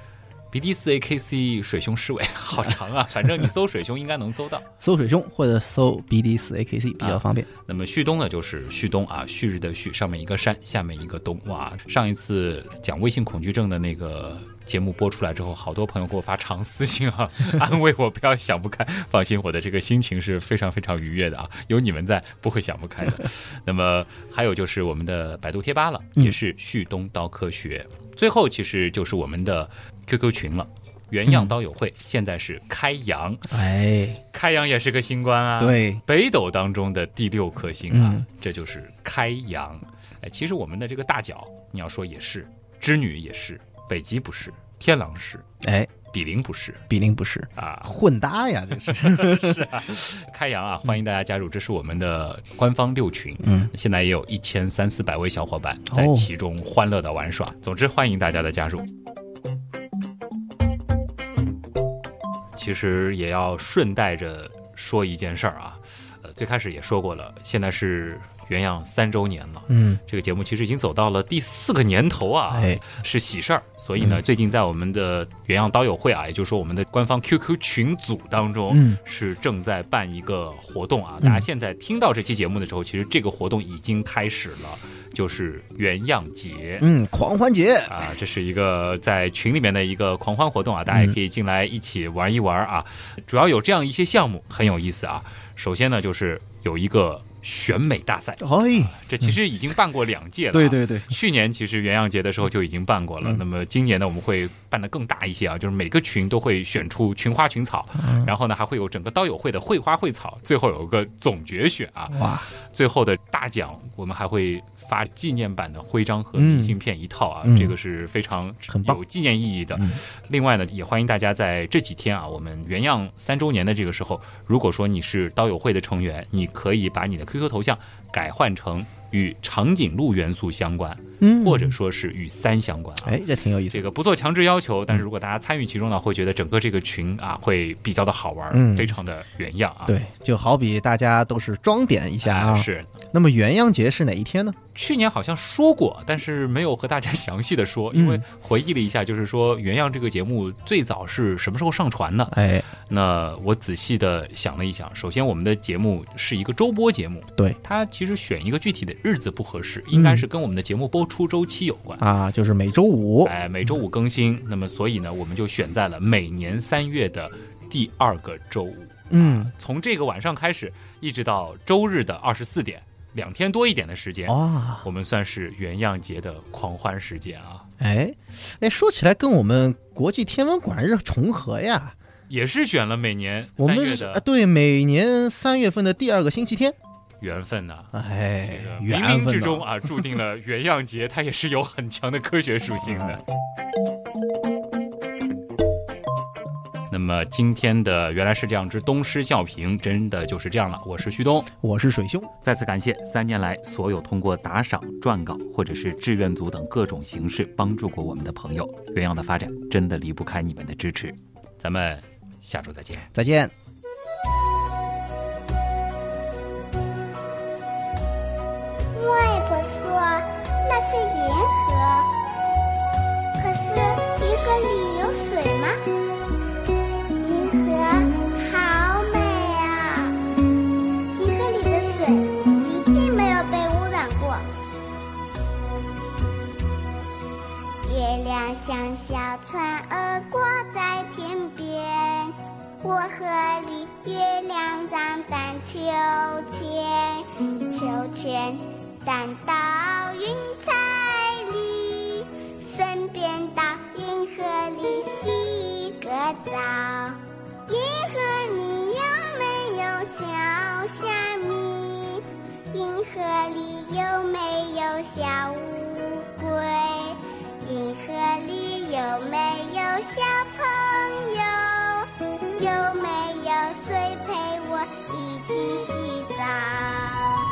B D 四 A K C 水兄师伟，好长啊，反正你搜水兄应该能搜到。搜水兄或者搜 BD 四 AKC 比较方便。那么旭东呢，就是旭东啊，旭日的旭，上面一个山，下面一个东。哇，上一次讲微信恐惧症的那个节目播出来之后，好多朋友给我发长私信啊， <laughs> 安慰我不要想不开。放心，我的这个心情是非常非常愉悦的啊，有你们在，不会想不开的。 <laughs> 那么还有就是我们的百度贴吧了，也是旭东刀科学。最后其实就是我们的 QQ 群了。原样刀友会、现在是开阳，哎，开阳也是个新官啊。对，北斗当中的第六颗星啊，嗯这就是开阳。哎，其实我们的这个大角，你要说也是，织女也是，北极不是，天狼是，哎，比邻不是比邻不是，啊。混搭呀，这是。开阳啊，欢迎大家加入，这是我们的官方六群。嗯，现在也有一千三四百位小伙伴在哦其中欢乐的玩耍。总之，欢迎大家的加入。其实也要顺带着说一件事儿啊，呃，最开始也说过了，现在是原样三周年了。嗯，这个节目其实已经走到了第四个年头啊，哎，嗯是喜事儿。所以呢，最近在我们的原样刀友会啊，也就是说我们的官方 QQ 群组当中，嗯是正在办一个活动啊。嗯大家现在听到这期节目的时候，其实这个活动已经开始了，就是原样节。嗯，狂欢节，啊，这是一个在群里面的一个狂欢活动啊，大嗯家也可以进来一起玩一玩啊。主要有这样一些项目，很有意思啊。首先呢，就是有一个选美大赛，哎，这其实已经办过两届了、啊。对对对，去年其实元阳节的时候就已经办过了，嗯那么今年呢，我们会办得更大一些啊，就是每个群都会选出群花群草，嗯然后呢还会有整个刀友会的会花会草，最后有一个总决选啊，哇，最后的大奖我们还会发纪念版的徽章和嗯明信片一套啊，嗯这个是非常很棒有纪念意义的。嗯另外呢，也欢迎大家在这几天啊，我们原样三周年的这个时候，如果说你是刀友会的成员，你可以把你的 QQ 头像改换成与长颈鹿元素相关，嗯或者说是与三相关啊。哎，嗯这挺有意思这。个不做强制要求，但是如果大家参与其中呢，会觉得整个这个群啊会比较的好玩，嗯非常的原样啊。对，就好比大家都是装点一下啊，啊。是那么元阳节是哪一天呢？去年好像说过，但是没有和大家 <laughs> 详细的说，嗯因为回忆了一下，就是说《原样》这个节目最早是什么时候上传呢？哎，那我仔细的想了一想，首先我们的节目是一个周播节目，对，嗯它其实选一个具体的日子不合适，应该是跟我们的节目播出周期有关。啊，就是每周五。哎，每周五更新，那么所以呢，我们就选在了每年三月的第二个周五，嗯，从这个晚上开始，一直到周日的二十四点，两天多一点的时间。哇，我们算是原样节的狂欢时间啊，哎，哎，说起来跟我们国际天文馆日重合呀。也是选了每年我三们月是啊，的对，每年三月份的第二个星期天。缘分呐、这哎个，冥缘冥分之呐中啊，注定了原样节它也是有很强的科学属性的。那么今天的原来是这样之东施效颦，真的就是这样了。我是旭东，我是水兄，再次感谢三年来所有通过打赏、撰稿或者是志愿组等各种形式帮助过我们的朋友。鸳鸯的发展真的离不开你们的支持。咱们下周再见。再见。外婆说那是银河，可是银河里有水吗？银河好美啊！银河里的水一定没有被污染过。月亮像小船儿挂在天边，我和你月亮上荡秋千，秋千荡到云彩里，顺便到银河里洗个澡。银河里有没有小虾米？银河里有没有小乌龟？银河里有没有小朋友？有没有谁陪我一起洗澡？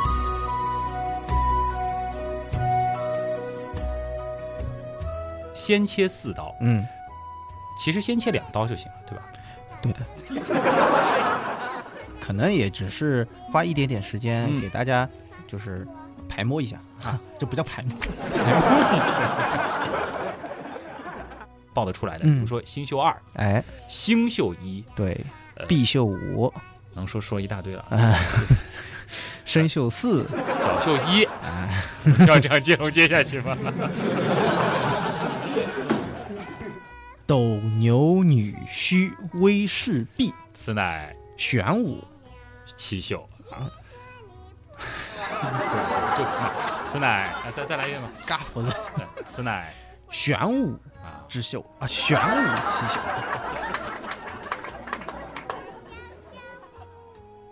先切四刀，嗯，其实先切两刀就行了，对吧？对的。可能也只是花一点点时间嗯给大家，就是排摸一下啊，这不叫 <laughs> 排摸。报得出来的，比嗯如说星宿二、哎，星宿一，对呃，必秀五， <laughs> 能说说一大堆了。哎，生锈四，小秀一，我 <laughs> 需要这样接龙接下去吗？斗牛女婿威士弼，此乃玄武，七秀 <laughs> 啊！就此乃，此乃，啊再再来一遍吧。嘎胡子，此乃玄武啊，之秀啊，玄武七秀，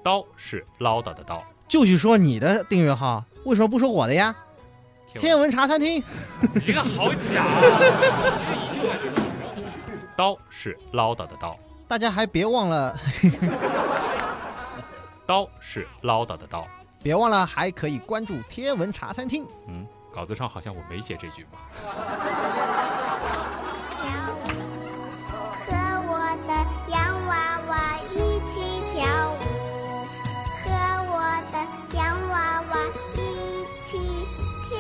刀是唠叨的刀。就是说你的订阅号为什么不说我的呀？天文茶餐厅，文，这个好假啊！刀是唠叨的刀，大家还别忘了， <laughs> 刀是唠叨的刀。别忘了还可以关注天文茶餐厅。嗯，稿子上好像我没写这句吧？和我的洋娃娃一起跳舞，和我的洋娃娃一起跳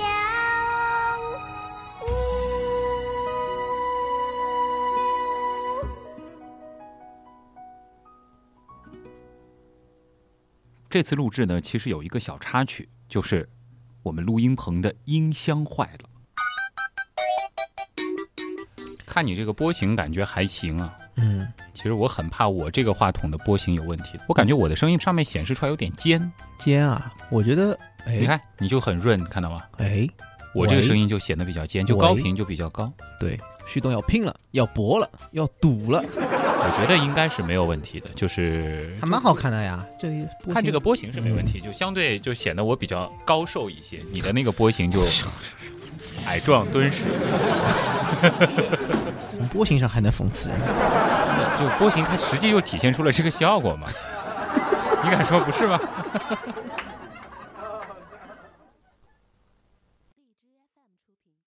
舞。这次录制呢，其实有一个小插曲，就是我们录音棚的音箱坏了。看你这个波形，感觉还行啊。嗯，其实我很怕我这个话筒的波形有问题，我感觉我的声音上面显示出来有点尖。尖啊，我觉得，哎，你看，你就很润，看到吗？哎，我这个喂声音就显得比较尖，就高喂频就比较高。对，旭东要拼了，要搏了，要赌了，我觉得应该是没有问题的，就是还蛮好看的呀。这波看这形个波形是没问题，嗯就相对就显得我比较高瘦一些，你的那个波形就矮壮敦实，从波形上还能讽刺人，就波形它实际就体现出了这个效果嘛。你敢说不是吗？